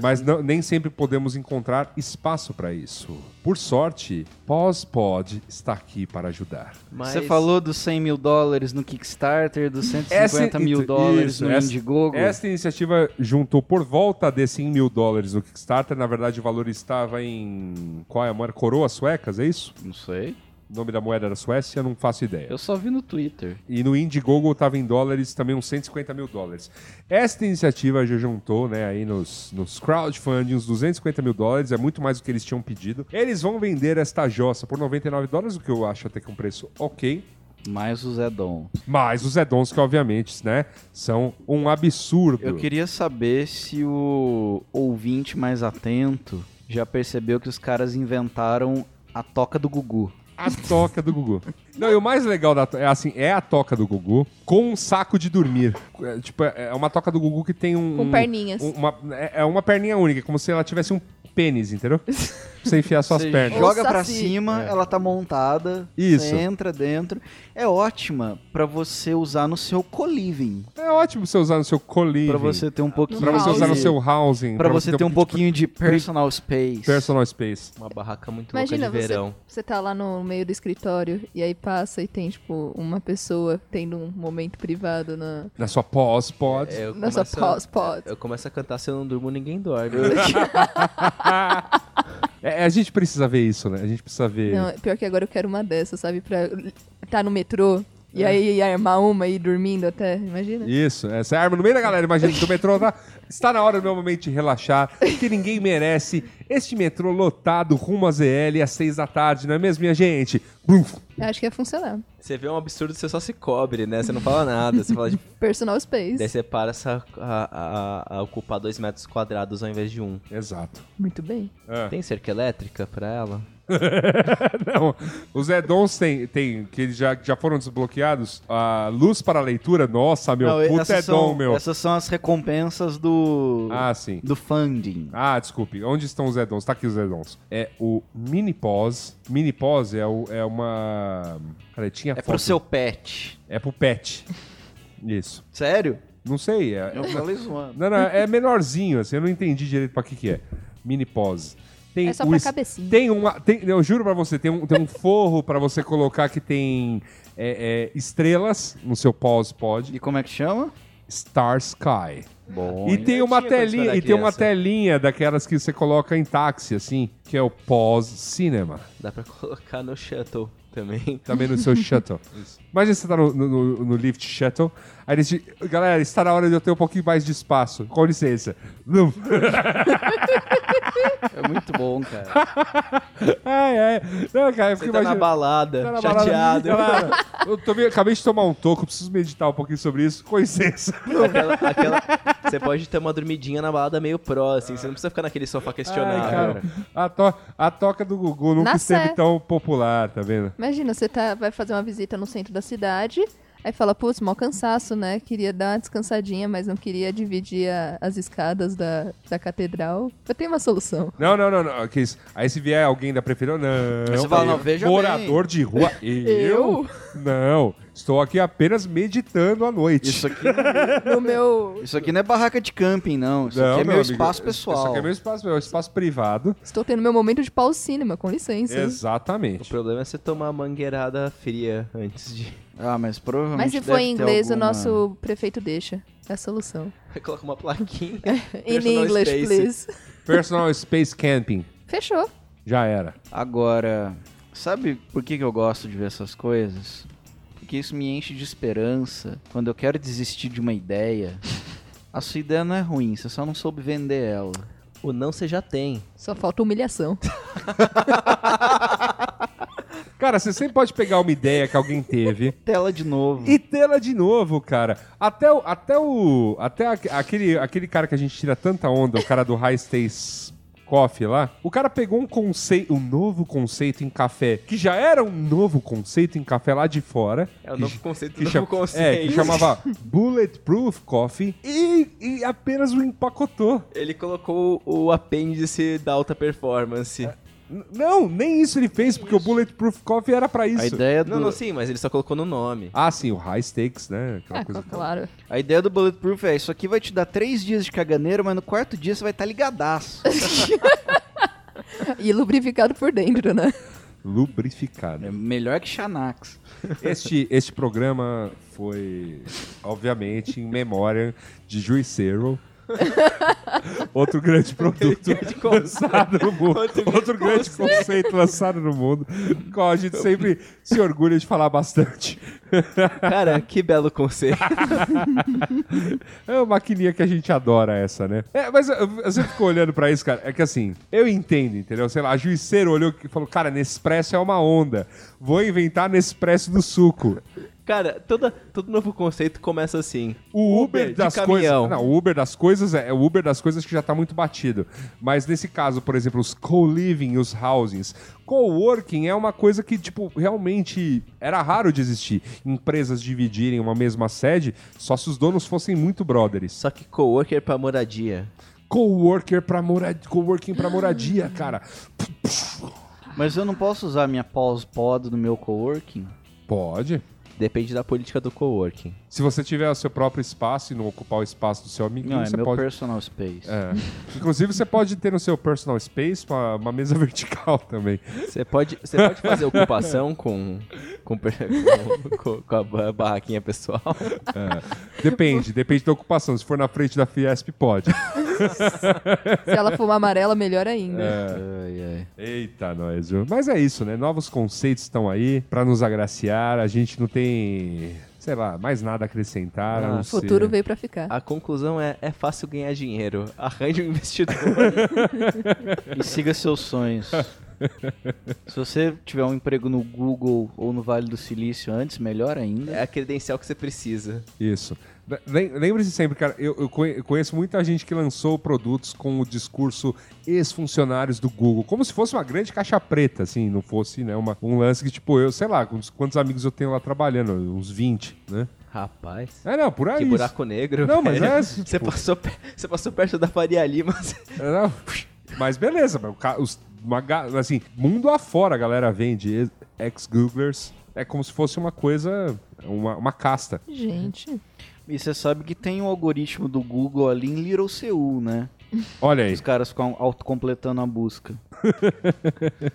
[SPEAKER 1] Mas não- nem sempre podemos encontrar espaço para isso. Por sorte, Pós-Pod está aqui para ajudar.
[SPEAKER 3] Mas
[SPEAKER 5] Você falou dos 100 mil dólares no Kickstarter, dos 150
[SPEAKER 1] Essa-
[SPEAKER 5] mil
[SPEAKER 1] isso,
[SPEAKER 5] dólares no
[SPEAKER 1] essa-
[SPEAKER 5] Indiegogo.
[SPEAKER 1] Esta iniciativa juntou por volta de 100 mil dólares no Kickstarter. Na verdade, o valor estava em. Qual é a moeda? Coroas suecas, é isso?
[SPEAKER 5] Não sei.
[SPEAKER 1] O nome da moeda era Suécia? Não faço ideia.
[SPEAKER 5] Eu só vi no Twitter.
[SPEAKER 1] E no Indiegogo estava em dólares também uns 150 mil dólares. Esta iniciativa já juntou, né, aí nos, nos crowdfundings, 250 mil dólares, é muito mais do que eles tinham pedido. Eles vão vender esta jossa por 99 dólares, o que eu acho até que é um preço ok.
[SPEAKER 5] Mas o Zé Dom.
[SPEAKER 1] Mas os addons que, obviamente, né, são um absurdo.
[SPEAKER 5] Eu queria saber se o ouvinte mais atento já percebeu que os caras inventaram a toca do Gugu.
[SPEAKER 1] A toca do Gugu. Não, e o mais legal da to- é assim, é a toca do Gugu com um saco de dormir. É, tipo, é é uma toca do Gugu que tem um...
[SPEAKER 4] Com perninhas.
[SPEAKER 1] um- uma, é é uma perninha única, como se ela tivesse um pênis, entendeu? Pra você enfiar suas
[SPEAKER 5] Você
[SPEAKER 1] pernas.
[SPEAKER 5] joga
[SPEAKER 4] Ou
[SPEAKER 5] pra
[SPEAKER 4] saci.
[SPEAKER 5] cima,
[SPEAKER 1] É.
[SPEAKER 5] ela tá montada,
[SPEAKER 1] Isso.
[SPEAKER 5] você entra dentro. É ótima pra você usar no seu coliving,
[SPEAKER 1] É ótimo você usar no seu colírio.
[SPEAKER 5] pra você ter um pouquinho
[SPEAKER 1] pra você
[SPEAKER 4] housing.
[SPEAKER 1] usar no seu housing.
[SPEAKER 5] Pra você ter um pouquinho de personal space.
[SPEAKER 1] de personal space.
[SPEAKER 3] uma barraca muito
[SPEAKER 4] Imagina,
[SPEAKER 3] louca de
[SPEAKER 4] você-
[SPEAKER 3] verão.
[SPEAKER 4] Você tá lá no meio do escritório e aí passa e tem, tipo, uma pessoa tendo um momento privado na,
[SPEAKER 1] Na sua pós-pod.
[SPEAKER 3] É, eu
[SPEAKER 4] na sua
[SPEAKER 3] começo a-
[SPEAKER 4] pós-pod.
[SPEAKER 3] Eu começo a cantar se eu não durmo, ninguém dorme.
[SPEAKER 1] É, a gente precisa ver isso, né? A gente precisa ver...
[SPEAKER 4] Não, pior que agora eu quero uma dessas, sabe? Pra tá no metrô e
[SPEAKER 1] É.
[SPEAKER 4] aí armar uma e ir dormindo até, imagina?
[SPEAKER 1] Isso, essa arma no meio da galera, imagina, do metrô. tá? Está na hora do meu momento de relaxar, que ninguém merece. Este metrô lotado rumo a ZL às seis da tarde, não é mesmo, minha gente? Buf.
[SPEAKER 4] Eu Acho que ia funcionar.
[SPEAKER 3] Você vê um absurdo, você só se cobre, né? Você não fala nada. Você fala de...
[SPEAKER 4] Personal Space.
[SPEAKER 3] Daí você para essa- a, a- a ocupar dois metros quadrados ao invés de um.
[SPEAKER 1] Exato. É.
[SPEAKER 4] Muito bem.
[SPEAKER 3] Tem cerca elétrica pra ela?
[SPEAKER 1] Não, os add-ons tem, tem, que eles já, já foram desbloqueados. A luz para a leitura, nossa, meu,
[SPEAKER 5] Não,
[SPEAKER 1] puta
[SPEAKER 5] essas,
[SPEAKER 1] add-on,
[SPEAKER 5] são,
[SPEAKER 1] meu.
[SPEAKER 5] essas são as recompensas do,
[SPEAKER 1] Ah, sim.
[SPEAKER 5] do funding.
[SPEAKER 1] Ah, desculpe. Onde estão os add-ons? Tá aqui os add-ons. É o Mini Pause. Mini Pause é, o- é uma... Cara, tinha
[SPEAKER 5] É pro
[SPEAKER 1] foto.
[SPEAKER 5] seu pet.
[SPEAKER 1] É pro pet. Isso.
[SPEAKER 5] Sério?
[SPEAKER 1] Não sei, é,
[SPEAKER 5] Eu falei zoando.
[SPEAKER 1] Não, não, é menorzinho, assim, eu não entendi direito pra que que é. Mini pause. Tem
[SPEAKER 4] É só
[SPEAKER 1] o
[SPEAKER 4] pra
[SPEAKER 1] es-
[SPEAKER 4] cabecinha.
[SPEAKER 1] Tem uma, tem- eu juro pra você, tem um, tem um forro pra você colocar que tem é, é, estrelas no seu pause pod,
[SPEAKER 5] E como é que chama?
[SPEAKER 1] Star Sky.
[SPEAKER 3] Bom.
[SPEAKER 1] E tem uma telinha, e tem uma telinha daquelas que você coloca em táxi, assim, que é o pause cinema.
[SPEAKER 3] Dá pra colocar no shuttle também.
[SPEAKER 1] Também no seu shuttle. Imagina você tá no, no, no- no lift shuttle, aí eles te- Galera, está na hora de eu ter um pouquinho mais de espaço. Com licença. Vum.
[SPEAKER 5] É muito bom, cara.
[SPEAKER 1] Ai, ai. Não, cara, eu
[SPEAKER 3] Você
[SPEAKER 1] fico
[SPEAKER 3] tá na
[SPEAKER 1] imaginando.
[SPEAKER 3] balada,
[SPEAKER 1] Tá na balada.
[SPEAKER 3] chateado.
[SPEAKER 1] Cara, eu tomei- acabei de tomar um toco, preciso meditar um pouquinho sobre isso. Com licença.
[SPEAKER 3] Aquela- aquela- Você pode ter uma dormidinha na balada meio pró, assim. Você não precisa ficar naquele sofá
[SPEAKER 1] Ai,
[SPEAKER 3] questionável.
[SPEAKER 1] cara, a, to- a toca do Gugu nunca
[SPEAKER 4] Na
[SPEAKER 1] esteve
[SPEAKER 4] Sé.
[SPEAKER 1] tão popular, tá vendo?
[SPEAKER 4] Imagina, você tá, vai fazer uma visita no centro da cidade, aí fala, putz, mal cansaço, né? Queria dar uma descansadinha, mas não queria dividir a- as escadas da, da catedral. Eu tenho uma solução.
[SPEAKER 1] Não, não, não, não. que isso. Aí se vier alguém da prefeitura, não.
[SPEAKER 5] Aí você fala, não, veja
[SPEAKER 1] Morador de rua. Eu? Não. Estou aqui apenas meditando à noite.
[SPEAKER 5] Isso aqui, não-
[SPEAKER 4] No meu.
[SPEAKER 5] isso aqui não é barraca de camping, não. Isso aqui é
[SPEAKER 1] Não,
[SPEAKER 5] meu
[SPEAKER 1] amigo,
[SPEAKER 5] espaço
[SPEAKER 1] Isso
[SPEAKER 5] pessoal.
[SPEAKER 1] aqui é meu espaço, meu espaço privado.
[SPEAKER 4] Estou tendo meu momento de pause cinema, com licença.
[SPEAKER 3] O
[SPEAKER 1] Exatamente.
[SPEAKER 3] problema é você tomar mangueirada fria antes de.
[SPEAKER 5] Ah, mas provavelmente.
[SPEAKER 4] Mas se
[SPEAKER 5] deve
[SPEAKER 4] for em
[SPEAKER 5] ter
[SPEAKER 4] inglês,
[SPEAKER 5] alguma-
[SPEAKER 4] o nosso prefeito deixa. É a solução.
[SPEAKER 3] Coloca uma plaquinha.
[SPEAKER 4] In
[SPEAKER 3] Personal
[SPEAKER 4] English,
[SPEAKER 3] space.
[SPEAKER 4] please.
[SPEAKER 1] Personal Space Camping.
[SPEAKER 4] Fechou.
[SPEAKER 1] Já era.
[SPEAKER 5] Agora, sabe por que, que eu gosto de ver essas coisas? porque isso me enche de esperança. Quando eu quero desistir de uma ideia, a sua ideia não é ruim, você só não soube vender ela.
[SPEAKER 3] O não você já tem.
[SPEAKER 4] Só falta humilhação.
[SPEAKER 1] Cara, você sempre pode pegar uma ideia que alguém teve
[SPEAKER 5] Tela de novo.
[SPEAKER 1] E tela de novo, cara. Até o. Até, o, até aque- aquele, aquele cara que a gente tira tanta onda, o cara do High Stays Coffee lá. O cara pegou um conceito, um novo conceito em café, que já era um novo conceito em café lá de fora.
[SPEAKER 3] É o
[SPEAKER 1] que
[SPEAKER 3] novo
[SPEAKER 1] ch-
[SPEAKER 3] conceito
[SPEAKER 1] que
[SPEAKER 3] do
[SPEAKER 1] cha-
[SPEAKER 3] novo conceito.
[SPEAKER 1] É, que chamava Bulletproof Coffee e, e apenas o empacotou.
[SPEAKER 3] Ele colocou o apêndice da alta performance.
[SPEAKER 1] N- Não, nem isso ele fez, porque o Bulletproof Coffee era pra
[SPEAKER 5] A
[SPEAKER 1] isso.
[SPEAKER 5] ideia, do,
[SPEAKER 3] Não, não, sim, mas ele só colocou no nome.
[SPEAKER 1] Ah, sim, o High Stakes, né? Aquela
[SPEAKER 4] Ah,
[SPEAKER 1] coisa
[SPEAKER 4] claro.
[SPEAKER 5] a ideia do Bulletproof é: isso aqui vai te dar três dias de caganeiro, mas no quarto dia você vai estar ligadaço.
[SPEAKER 4] E lubrificado por dentro, né?
[SPEAKER 1] lubrificada.
[SPEAKER 5] é melhor que Xanax.
[SPEAKER 1] Este, este programa foi, obviamente, em memória de Juiceiro. Outro grande produto lançado no mundo. Outro, grande conceito lançado no mundo. Qual a gente sempre se orgulha de falar bastante.
[SPEAKER 3] Cara, que belo conceito.
[SPEAKER 1] É uma maquininha que a gente adora essa, né? É, mas eu, eu sempre fico olhando pra isso, cara. É que assim, eu entendo, entendeu? Sei lá, a Juiceiro olhou e falou, cara, Nespresso é uma onda. Vou inventar Nespresso do suco.
[SPEAKER 3] Cara, toda, todo novo conceito começa assim.
[SPEAKER 1] O Uber,
[SPEAKER 3] Uber de
[SPEAKER 1] das coisas.
[SPEAKER 3] caminhão.
[SPEAKER 1] Não, o Uber das coisas é, é o Uber das coisas que já tá muito batido. Mas nesse caso, por exemplo, os co-living, os housings. Co-working é uma coisa que, tipo, realmente era raro de existir. Empresas dividirem uma mesma sede só se os donos fossem muito brothers.
[SPEAKER 3] Só que coworker pra moradia.
[SPEAKER 1] Coworker pra moradia. Coworking pra moradia, cara.
[SPEAKER 5] Mas eu não posso usar minha pós-pod no meu coworking?
[SPEAKER 1] Pode.
[SPEAKER 3] Depende da política do coworking.
[SPEAKER 1] Se você tiver o seu próprio espaço e não ocupar o espaço do seu amiguinho,
[SPEAKER 5] Não, é
[SPEAKER 1] você
[SPEAKER 5] meu
[SPEAKER 1] pode.
[SPEAKER 5] personal space.
[SPEAKER 1] É. Inclusive, você pode ter no seu personal space uma- uma mesa vertical também.
[SPEAKER 3] Você pode, você pode fazer ocupação com, com, per- com- com- com a ba- barraquinha pessoal.
[SPEAKER 1] Depende, depende da ocupação. Se for na frente da Fiesp, pode.
[SPEAKER 4] Se ela for uma amarela, melhor ainda.
[SPEAKER 5] Ai, ai.
[SPEAKER 1] Eita, nós, viu? Mas é isso, né? Novos conceitos estão aí pra nos agraciar. A gente não tem, sei lá, mais nada a acrescentar. a
[SPEAKER 3] Ah,
[SPEAKER 1] não
[SPEAKER 4] O futuro
[SPEAKER 1] ser-
[SPEAKER 4] veio pra ficar.
[SPEAKER 3] A conclusão é, é fácil ganhar dinheiro. Arranje um investidor.
[SPEAKER 5] E siga seus sonhos. Se você tiver um emprego no Google ou no Vale do Silício antes, melhor ainda.
[SPEAKER 3] É a credencial que você precisa.
[SPEAKER 1] Isso. Lem- Lembre-se sempre, cara, eu, eu conhe- eu conheço muita gente que lançou produtos com o discurso ex-funcionários do Google, como se fosse uma grande caixa preta, assim, não fosse, né, uma, um lance que, tipo, eu, sei lá, quantos, quantos amigos eu tenho lá trabalhando, uns 20, né?
[SPEAKER 3] Rapaz.
[SPEAKER 1] É, não, por aí.
[SPEAKER 3] Que buraco negro.
[SPEAKER 1] Não, mas
[SPEAKER 3] velho.
[SPEAKER 1] é,
[SPEAKER 3] Você
[SPEAKER 1] tipo-
[SPEAKER 3] passou, pe- você passou perto da Faria Lima. você-
[SPEAKER 1] É, não. Mas beleza, mas o ca- os- uma ga- assim, mundo afora a galera vende ex- ex-Googlers. É como se fosse uma coisa, uma, uma casta.
[SPEAKER 4] Gente,
[SPEAKER 5] E você sabe que tem um algoritmo do Google ali em Little Seul, né?
[SPEAKER 1] Olha aí.
[SPEAKER 5] Os caras ficam autocompletando a busca.
[SPEAKER 1] Ai,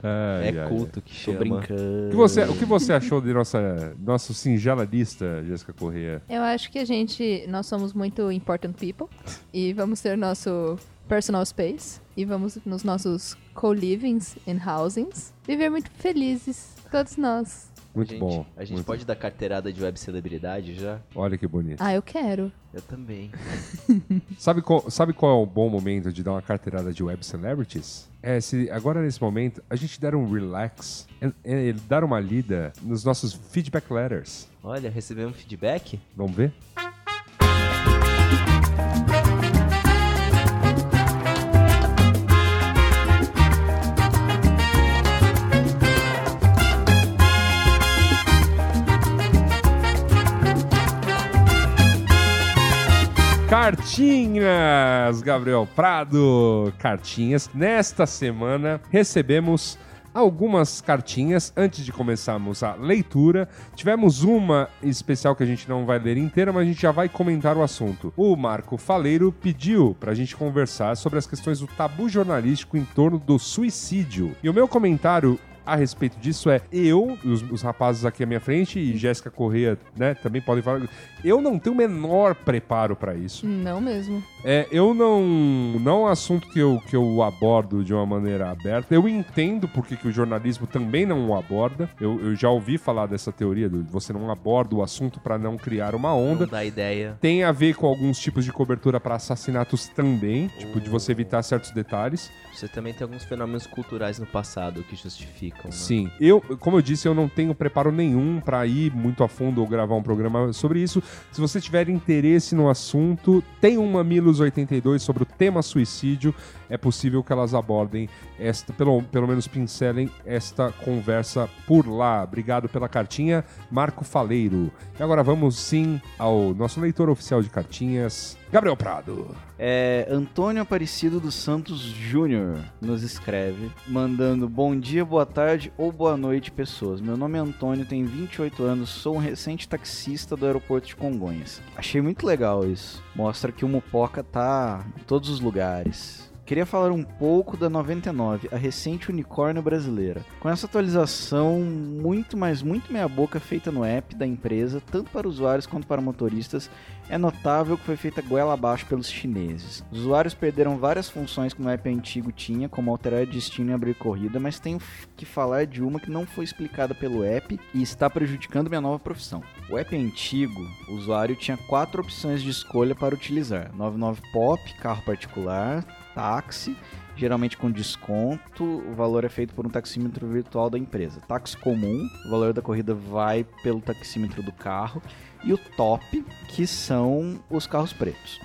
[SPEAKER 1] ai,
[SPEAKER 3] é
[SPEAKER 1] ai.
[SPEAKER 3] culto que
[SPEAKER 5] Tô
[SPEAKER 3] chama.
[SPEAKER 1] O
[SPEAKER 5] brincando.
[SPEAKER 1] que, você, o que você achou de nossa, nosso singela lista, Jéssica Corrêa?
[SPEAKER 4] eu acho que a gente. Nós somos muito important people. E vamos ter nosso personal space. E vamos nos nossos co-livings and housings. Viver muito felizes, todos nós.
[SPEAKER 1] Muito
[SPEAKER 3] Gente,
[SPEAKER 1] bom.
[SPEAKER 3] A gente
[SPEAKER 1] muito-
[SPEAKER 3] pode dar carteirada de web celebridade já?
[SPEAKER 1] Olha que bonito.
[SPEAKER 4] Ah, eu quero.
[SPEAKER 3] Eu também.
[SPEAKER 1] Sabe qual, sabe qual é um bom momento de dar uma carteirada de web celebrities? É, se agora nesse momento a gente der um relax e, e dar uma lida nos nossos feedback letters.
[SPEAKER 3] Olha, recebemos feedback?
[SPEAKER 1] Vamos ver? Cartinhas, Gabriel Prado. Cartinhas. Nesta semana recebemos algumas cartinhas antes de começarmos a leitura. Tivemos uma especial que a gente não vai ler inteira, mas a gente já vai comentar o assunto. O Marco Faleiro pediu pra gente conversar sobre as questões do tabu jornalístico em torno do suicídio. E o meu comentário a respeito disso é eu, os, os rapazes aqui à minha frente e Jéssica Corrêa, né, também podem falar. Eu não tenho o menor preparo pra isso.
[SPEAKER 4] Não mesmo.
[SPEAKER 1] É, eu não. Não é um assunto que eu, que eu abordo de uma maneira aberta. Eu entendo porque que o jornalismo também não o aborda. Eu, eu já ouvi falar dessa teoria do você não aborda o assunto pra não criar uma onda.
[SPEAKER 3] Não dá ideia.
[SPEAKER 1] Tem a ver com alguns tipos de cobertura pra assassinatos também, tipo, de você evitar certos detalhes.
[SPEAKER 3] Você também tem alguns fenômenos culturais no passado que justificam. né?
[SPEAKER 1] Sim. Eu, como eu disse, eu não tenho preparo nenhum pra ir muito a fundo ou gravar um programa sobre isso. Se você tiver interesse no assunto, tem um Mamilos 82 sobre o tema suicídio. É possível que elas abordem esta, pelo, pelo menos pincelem esta conversa por lá. Obrigado pela cartinha, Marco Faleiro. E agora vamos sim ao nosso leitor oficial de cartinhas, Gabriel Prado.
[SPEAKER 5] É, Antônio Aparecido dos Santos Júnior nos escreve, mandando bom dia, boa tarde ou boa noite, pessoas. Meu nome é Antônio, tenho 28 anos, sou um recente taxista do aeroporto de Congonhas. Achei muito legal isso. Mostra que o Mupoca tá em todos os lugares. Queria falar um pouco da 99, a recente unicórnio brasileira. Com essa atualização muito, mas muito meia boca feita no app da empresa, tanto para usuários quanto para motoristas, é notável que foi feita goela abaixo pelos chineses. Os usuários perderam várias funções que o app antigo tinha, como alterar destino e abrir corrida, mas tenho que falar de uma que não foi explicada pelo app e está prejudicando minha nova profissão. O app antigo, o usuário tinha quatro opções de escolha para utilizar: 99 Pop, carro particular, táxi, geralmente com desconto. O valor é feito por um taxímetro virtual da empresa. Táxi comum, o valor da corrida vai pelo taxímetro do carro. E o top, que são os carros pretos.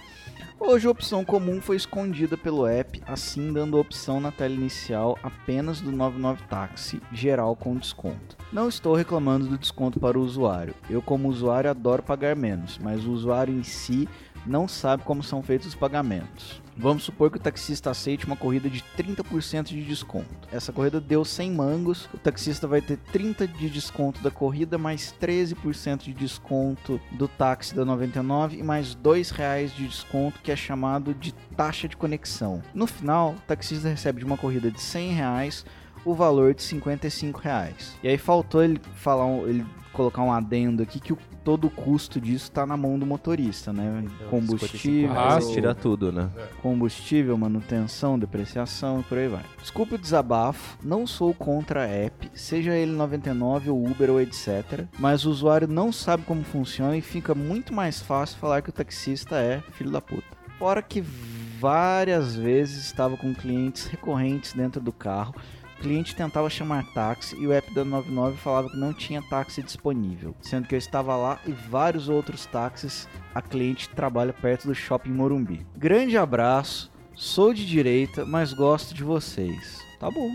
[SPEAKER 5] Hoje a opção comum foi escondida pelo app, assim dando a opção na tela inicial apenas do 99 táxi geral com desconto. Não estou reclamando do desconto para o usuário. Eu como usuário adoro pagar menos, mas o usuário em si não sabe como são feitos os pagamentos. Vamos supor que o taxista aceite uma corrida de 30% de desconto. Essa corrida deu 100 mangos, o taxista vai ter 30 de desconto da corrida, mais 13% de desconto do táxi da 99 e mais R$ reais de desconto que é chamado de taxa de conexão. No final, o taxista recebe de uma corrida de 100 reais o valor de 55 reais. E aí faltou ele falar, um- ele colocar um adendo aqui que o, todo o custo disso está na mão do motorista, né?
[SPEAKER 3] Então,
[SPEAKER 5] Combustível,
[SPEAKER 3] Ah, tira tudo, né?
[SPEAKER 5] combustível, manutenção, depreciação e por aí vai. Desculpe o desabafo, não sou contra a app, seja ele 99 ou Uber ou etc, mas o usuário não sabe como funciona e fica muito mais fácil falar que o taxista é filho da puta. Fora que várias vezes estava com clientes recorrentes dentro do carro, o cliente tentava chamar táxi e o app da 99 falava que não tinha táxi disponível, sendo que eu estava lá e vários outros táxis a cliente trabalha perto do Shopping Morumbi. Grande abraço, sou de direita, mas gosto de vocês. Tá bom.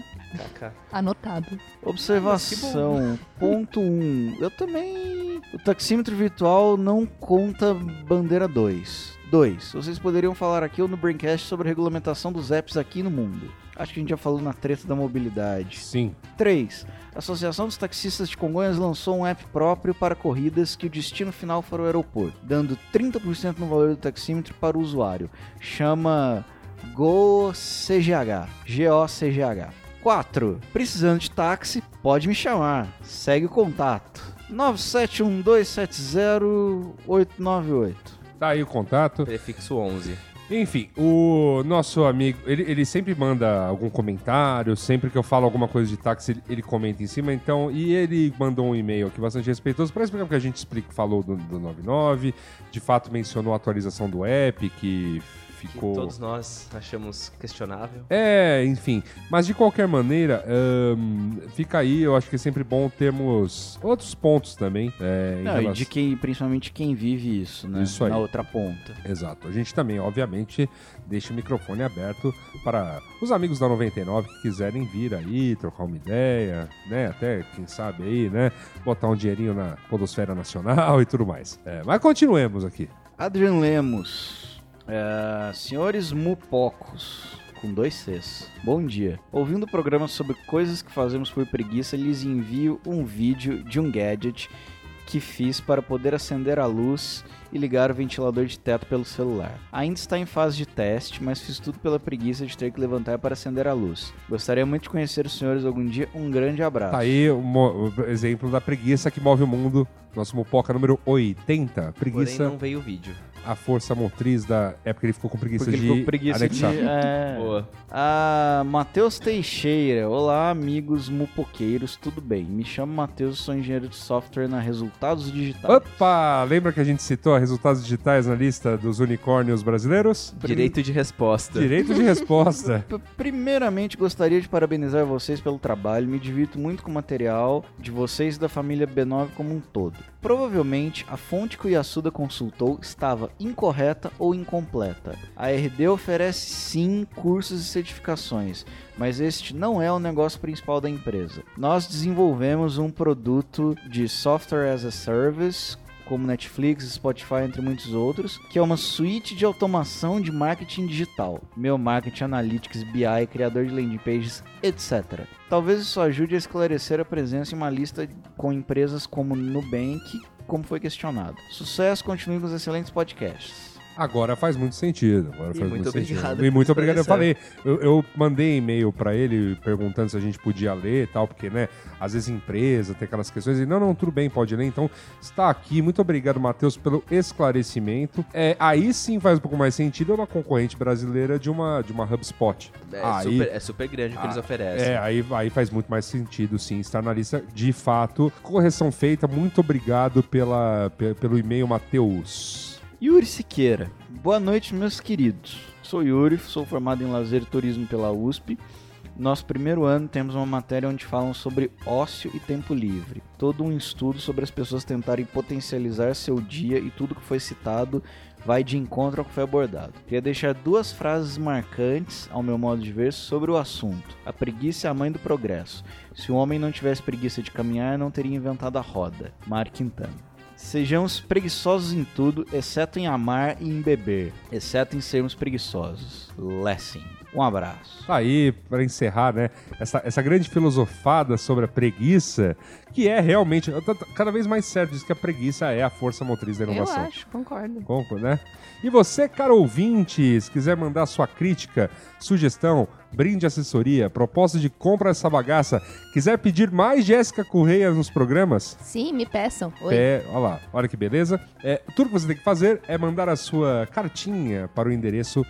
[SPEAKER 4] Anotado.
[SPEAKER 5] Observação, ponto 1. Um. Eu também... O taxímetro virtual não conta bandeira 2. 2. Vocês poderiam falar aqui ou no Braincast sobre a regulamentação dos apps aqui no mundo. Acho que a gente já falou na treta da mobilidade.
[SPEAKER 1] Sim.
[SPEAKER 5] 3. A Associação dos Taxistas de Congonhas lançou um app próprio para corridas que o destino final for o aeroporto, dando 30% no valor do taxímetro para o usuário. Chama GoCGH. G-O-C-G-H. 4. Precisando de táxi, pode me chamar. Segue o contato. 971270898.
[SPEAKER 1] Tá aí o contato.
[SPEAKER 3] Prefixo 11.
[SPEAKER 1] Enfim, o nosso amigo, ele, ele sempre manda algum comentário, sempre que eu falo alguma coisa de táxi, ele, ele comenta em cima, então, e ele mandou um e-mail aqui bastante respeitoso para explicar porque a gente explica, falou do, do 99, de fato mencionou a atualização do app, que
[SPEAKER 3] Que
[SPEAKER 1] ficou...
[SPEAKER 3] todos nós achamos questionável.
[SPEAKER 1] É, enfim. Mas de qualquer maneira, ahn, fica aí, eu acho que é sempre bom termos outros pontos também. é, em
[SPEAKER 5] Não, e
[SPEAKER 1] relação-
[SPEAKER 5] de quem, principalmente quem vive isso, né?
[SPEAKER 1] Isso aí.
[SPEAKER 5] Na outra ponta.
[SPEAKER 1] Exato. A gente também, obviamente, deixa o microfone aberto para os amigos da 99 que quiserem vir aí, trocar uma ideia, né? Até, quem sabe aí, né? Botar um dinheirinho na Podosfera Nacional e tudo mais. É, mas continuemos aqui.
[SPEAKER 5] Adrian Lemos. É, senhores Mupocos. Com dois Cs. Bom dia. Ouvindo o programa sobre coisas que fazemos por preguiça, lhes envio um vídeo de um gadget que fiz para poder acender a luz e ligar o ventilador de teto pelo celular. Ainda está em fase de teste, mas fiz tudo pela preguiça de ter que levantar para acender a luz. Gostaria muito de conhecer os senhores algum dia. Um grande abraço.
[SPEAKER 1] Tá aí o mo- o exemplo da preguiça que move o mundo. Nosso Mupoca número 80.
[SPEAKER 3] Porém,
[SPEAKER 1] Preguiça,
[SPEAKER 3] não veio o vídeo.
[SPEAKER 1] a força motriz da. É porque ele ficou com preguiça
[SPEAKER 5] Porque
[SPEAKER 1] de
[SPEAKER 5] ele ficou com preguiça de.
[SPEAKER 1] anexar.
[SPEAKER 5] é.
[SPEAKER 3] Boa.
[SPEAKER 5] Ah, Matheus Teixeira. Olá, amigos mupoqueiros, tudo bem? Me chamo Matheus, sou engenheiro de software na Resultados Digitais.
[SPEAKER 1] Opa! Lembra que a gente citou resultados digitais na lista dos unicórnios brasileiros?
[SPEAKER 3] Direito de resposta.
[SPEAKER 1] Direito de resposta.
[SPEAKER 5] P- Primeiramente, gostaria de parabenizar vocês pelo trabalho. Me divirto muito com o material de vocês e da família B9 como um todo. Provavelmente, a fonte que o Yasuda consultou estava incorreta ou incompleta. A RD oferece sim cursos e certificações, mas este não é o negócio principal da empresa. Nós desenvolvemos um produto de software as a service como Netflix, Spotify, entre muitos outros, que é uma suíte de automação de marketing digital, meu marketing, analytics, BI, criador de landing pages, etc. Talvez isso ajude a esclarecer a presença em uma lista com empresas como Nubank, como foi questionado. Sucesso, continue com os excelentes podcasts.
[SPEAKER 1] Agora faz muito sentido. Agora
[SPEAKER 3] E
[SPEAKER 1] faz
[SPEAKER 3] muito
[SPEAKER 1] muito
[SPEAKER 3] obrigado
[SPEAKER 1] sentido. E muito
[SPEAKER 3] por
[SPEAKER 1] obrigado. Eu falei,
[SPEAKER 3] esclarecer.
[SPEAKER 1] eu, eu mandei e-mail pra ele perguntando se a gente podia ler e tal, porque, né, às vezes empresa tem aquelas questões. E não, não, tudo bem, pode ler. Então está aqui. Muito obrigado, Matheus, pelo esclarecimento. É, aí sim faz um pouco mais sentido. É uma concorrente brasileira de uma, de uma HubSpot.
[SPEAKER 3] É,
[SPEAKER 1] aí,
[SPEAKER 3] super, é super grande o que eles
[SPEAKER 1] Ah,
[SPEAKER 3] oferecem.
[SPEAKER 1] É, aí, aí faz muito mais sentido, sim, estar na lista de fato. Correção feita, muito obrigado pela, pe- pelo e-mail, Matheus.
[SPEAKER 5] Yuri Siqueira. Boa noite, meus queridos. Sou Yuri, sou formado em lazer e turismo pela USP. Nosso primeiro ano temos uma matéria onde falam sobre ócio e tempo livre. Todo um estudo sobre as pessoas tentarem potencializar seu dia e tudo que foi citado vai de encontro ao que foi abordado. Queria deixar duas frases marcantes, ao meu modo de ver, sobre o assunto. A preguiça é a mãe do progresso. Se o homem não tivesse preguiça de caminhar, não teria inventado a roda. Mar Quintana. Sejamos preguiçosos em tudo, exceto em amar e em beber, exceto em sermos preguiçosos. Lessing. Um abraço.
[SPEAKER 1] Tá Aí, pra encerrar, né, essa, essa grande filosofada sobre a preguiça, que é realmente, eu tô- tô cada vez mais certo disso que a preguiça é a força motriz da
[SPEAKER 4] Eu
[SPEAKER 1] inovação.
[SPEAKER 4] acho, concordo.
[SPEAKER 1] Conco, né? E você, caro ouvinte, se quiser mandar sua crítica, sugestão, brinde assessoria, proposta de compra dessa bagaça, quiser pedir mais Jéssica Correia nos programas,
[SPEAKER 4] Sim, me peçam. Oi.
[SPEAKER 1] É, olha lá, olha que beleza. É, tudo que você tem que fazer é mandar a sua cartinha para o endereço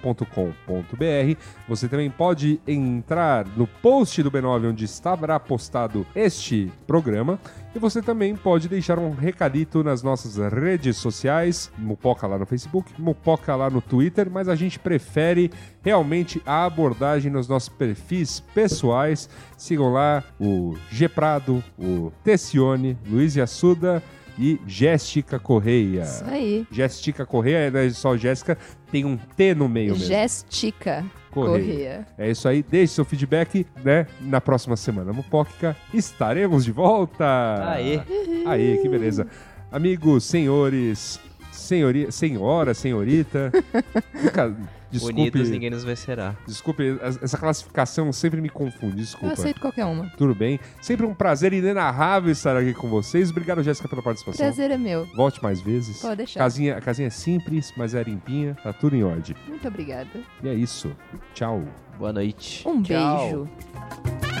[SPEAKER 1] cartinha.mupoca.com.br. Você também pode entrar no post do B9, onde estará postado este programa. E você também pode deixar um recadito nas nossas redes sociais, Mupoca lá no Facebook, Mupoca lá no Twitter, mas a gente prefere realmente a abordagem nos nossos perfis pessoais. Sigam lá o G Prado, o Tessione, Luiz Assuda e Jéssica Correia.
[SPEAKER 4] Isso aí.
[SPEAKER 1] Jéssica Correia, não é só Jéssica, tem um T no meio mesmo.
[SPEAKER 4] Gestica Correia.
[SPEAKER 1] É isso aí, deixe seu feedback, né? Na próxima semana, Mupoca, estaremos de volta!
[SPEAKER 3] Aê.
[SPEAKER 1] Aí, que beleza. Amigos, senhores, senhori, senhora, senhorita, nunca- desculpe,
[SPEAKER 3] Unidos ninguém nos vencerá.
[SPEAKER 1] desculpe, es- essa classificação sempre me confunde,
[SPEAKER 4] Eu
[SPEAKER 1] desculpa. Tá
[SPEAKER 4] aceito qualquer uma.
[SPEAKER 1] Tudo bem? Sempre um prazer inenarrável estar aqui com vocês. Obrigado, Jéssica, pela participação.
[SPEAKER 4] Prazer é meu.
[SPEAKER 1] Volte mais vezes.
[SPEAKER 4] Pode deixar.
[SPEAKER 1] Casinha, a casinha é simples, mas é limpinha, tá tudo em ordem.
[SPEAKER 4] Muito obrigada.
[SPEAKER 1] E é isso. Tchau.
[SPEAKER 3] Boa noite.
[SPEAKER 4] Um
[SPEAKER 5] Tchau.
[SPEAKER 4] beijo.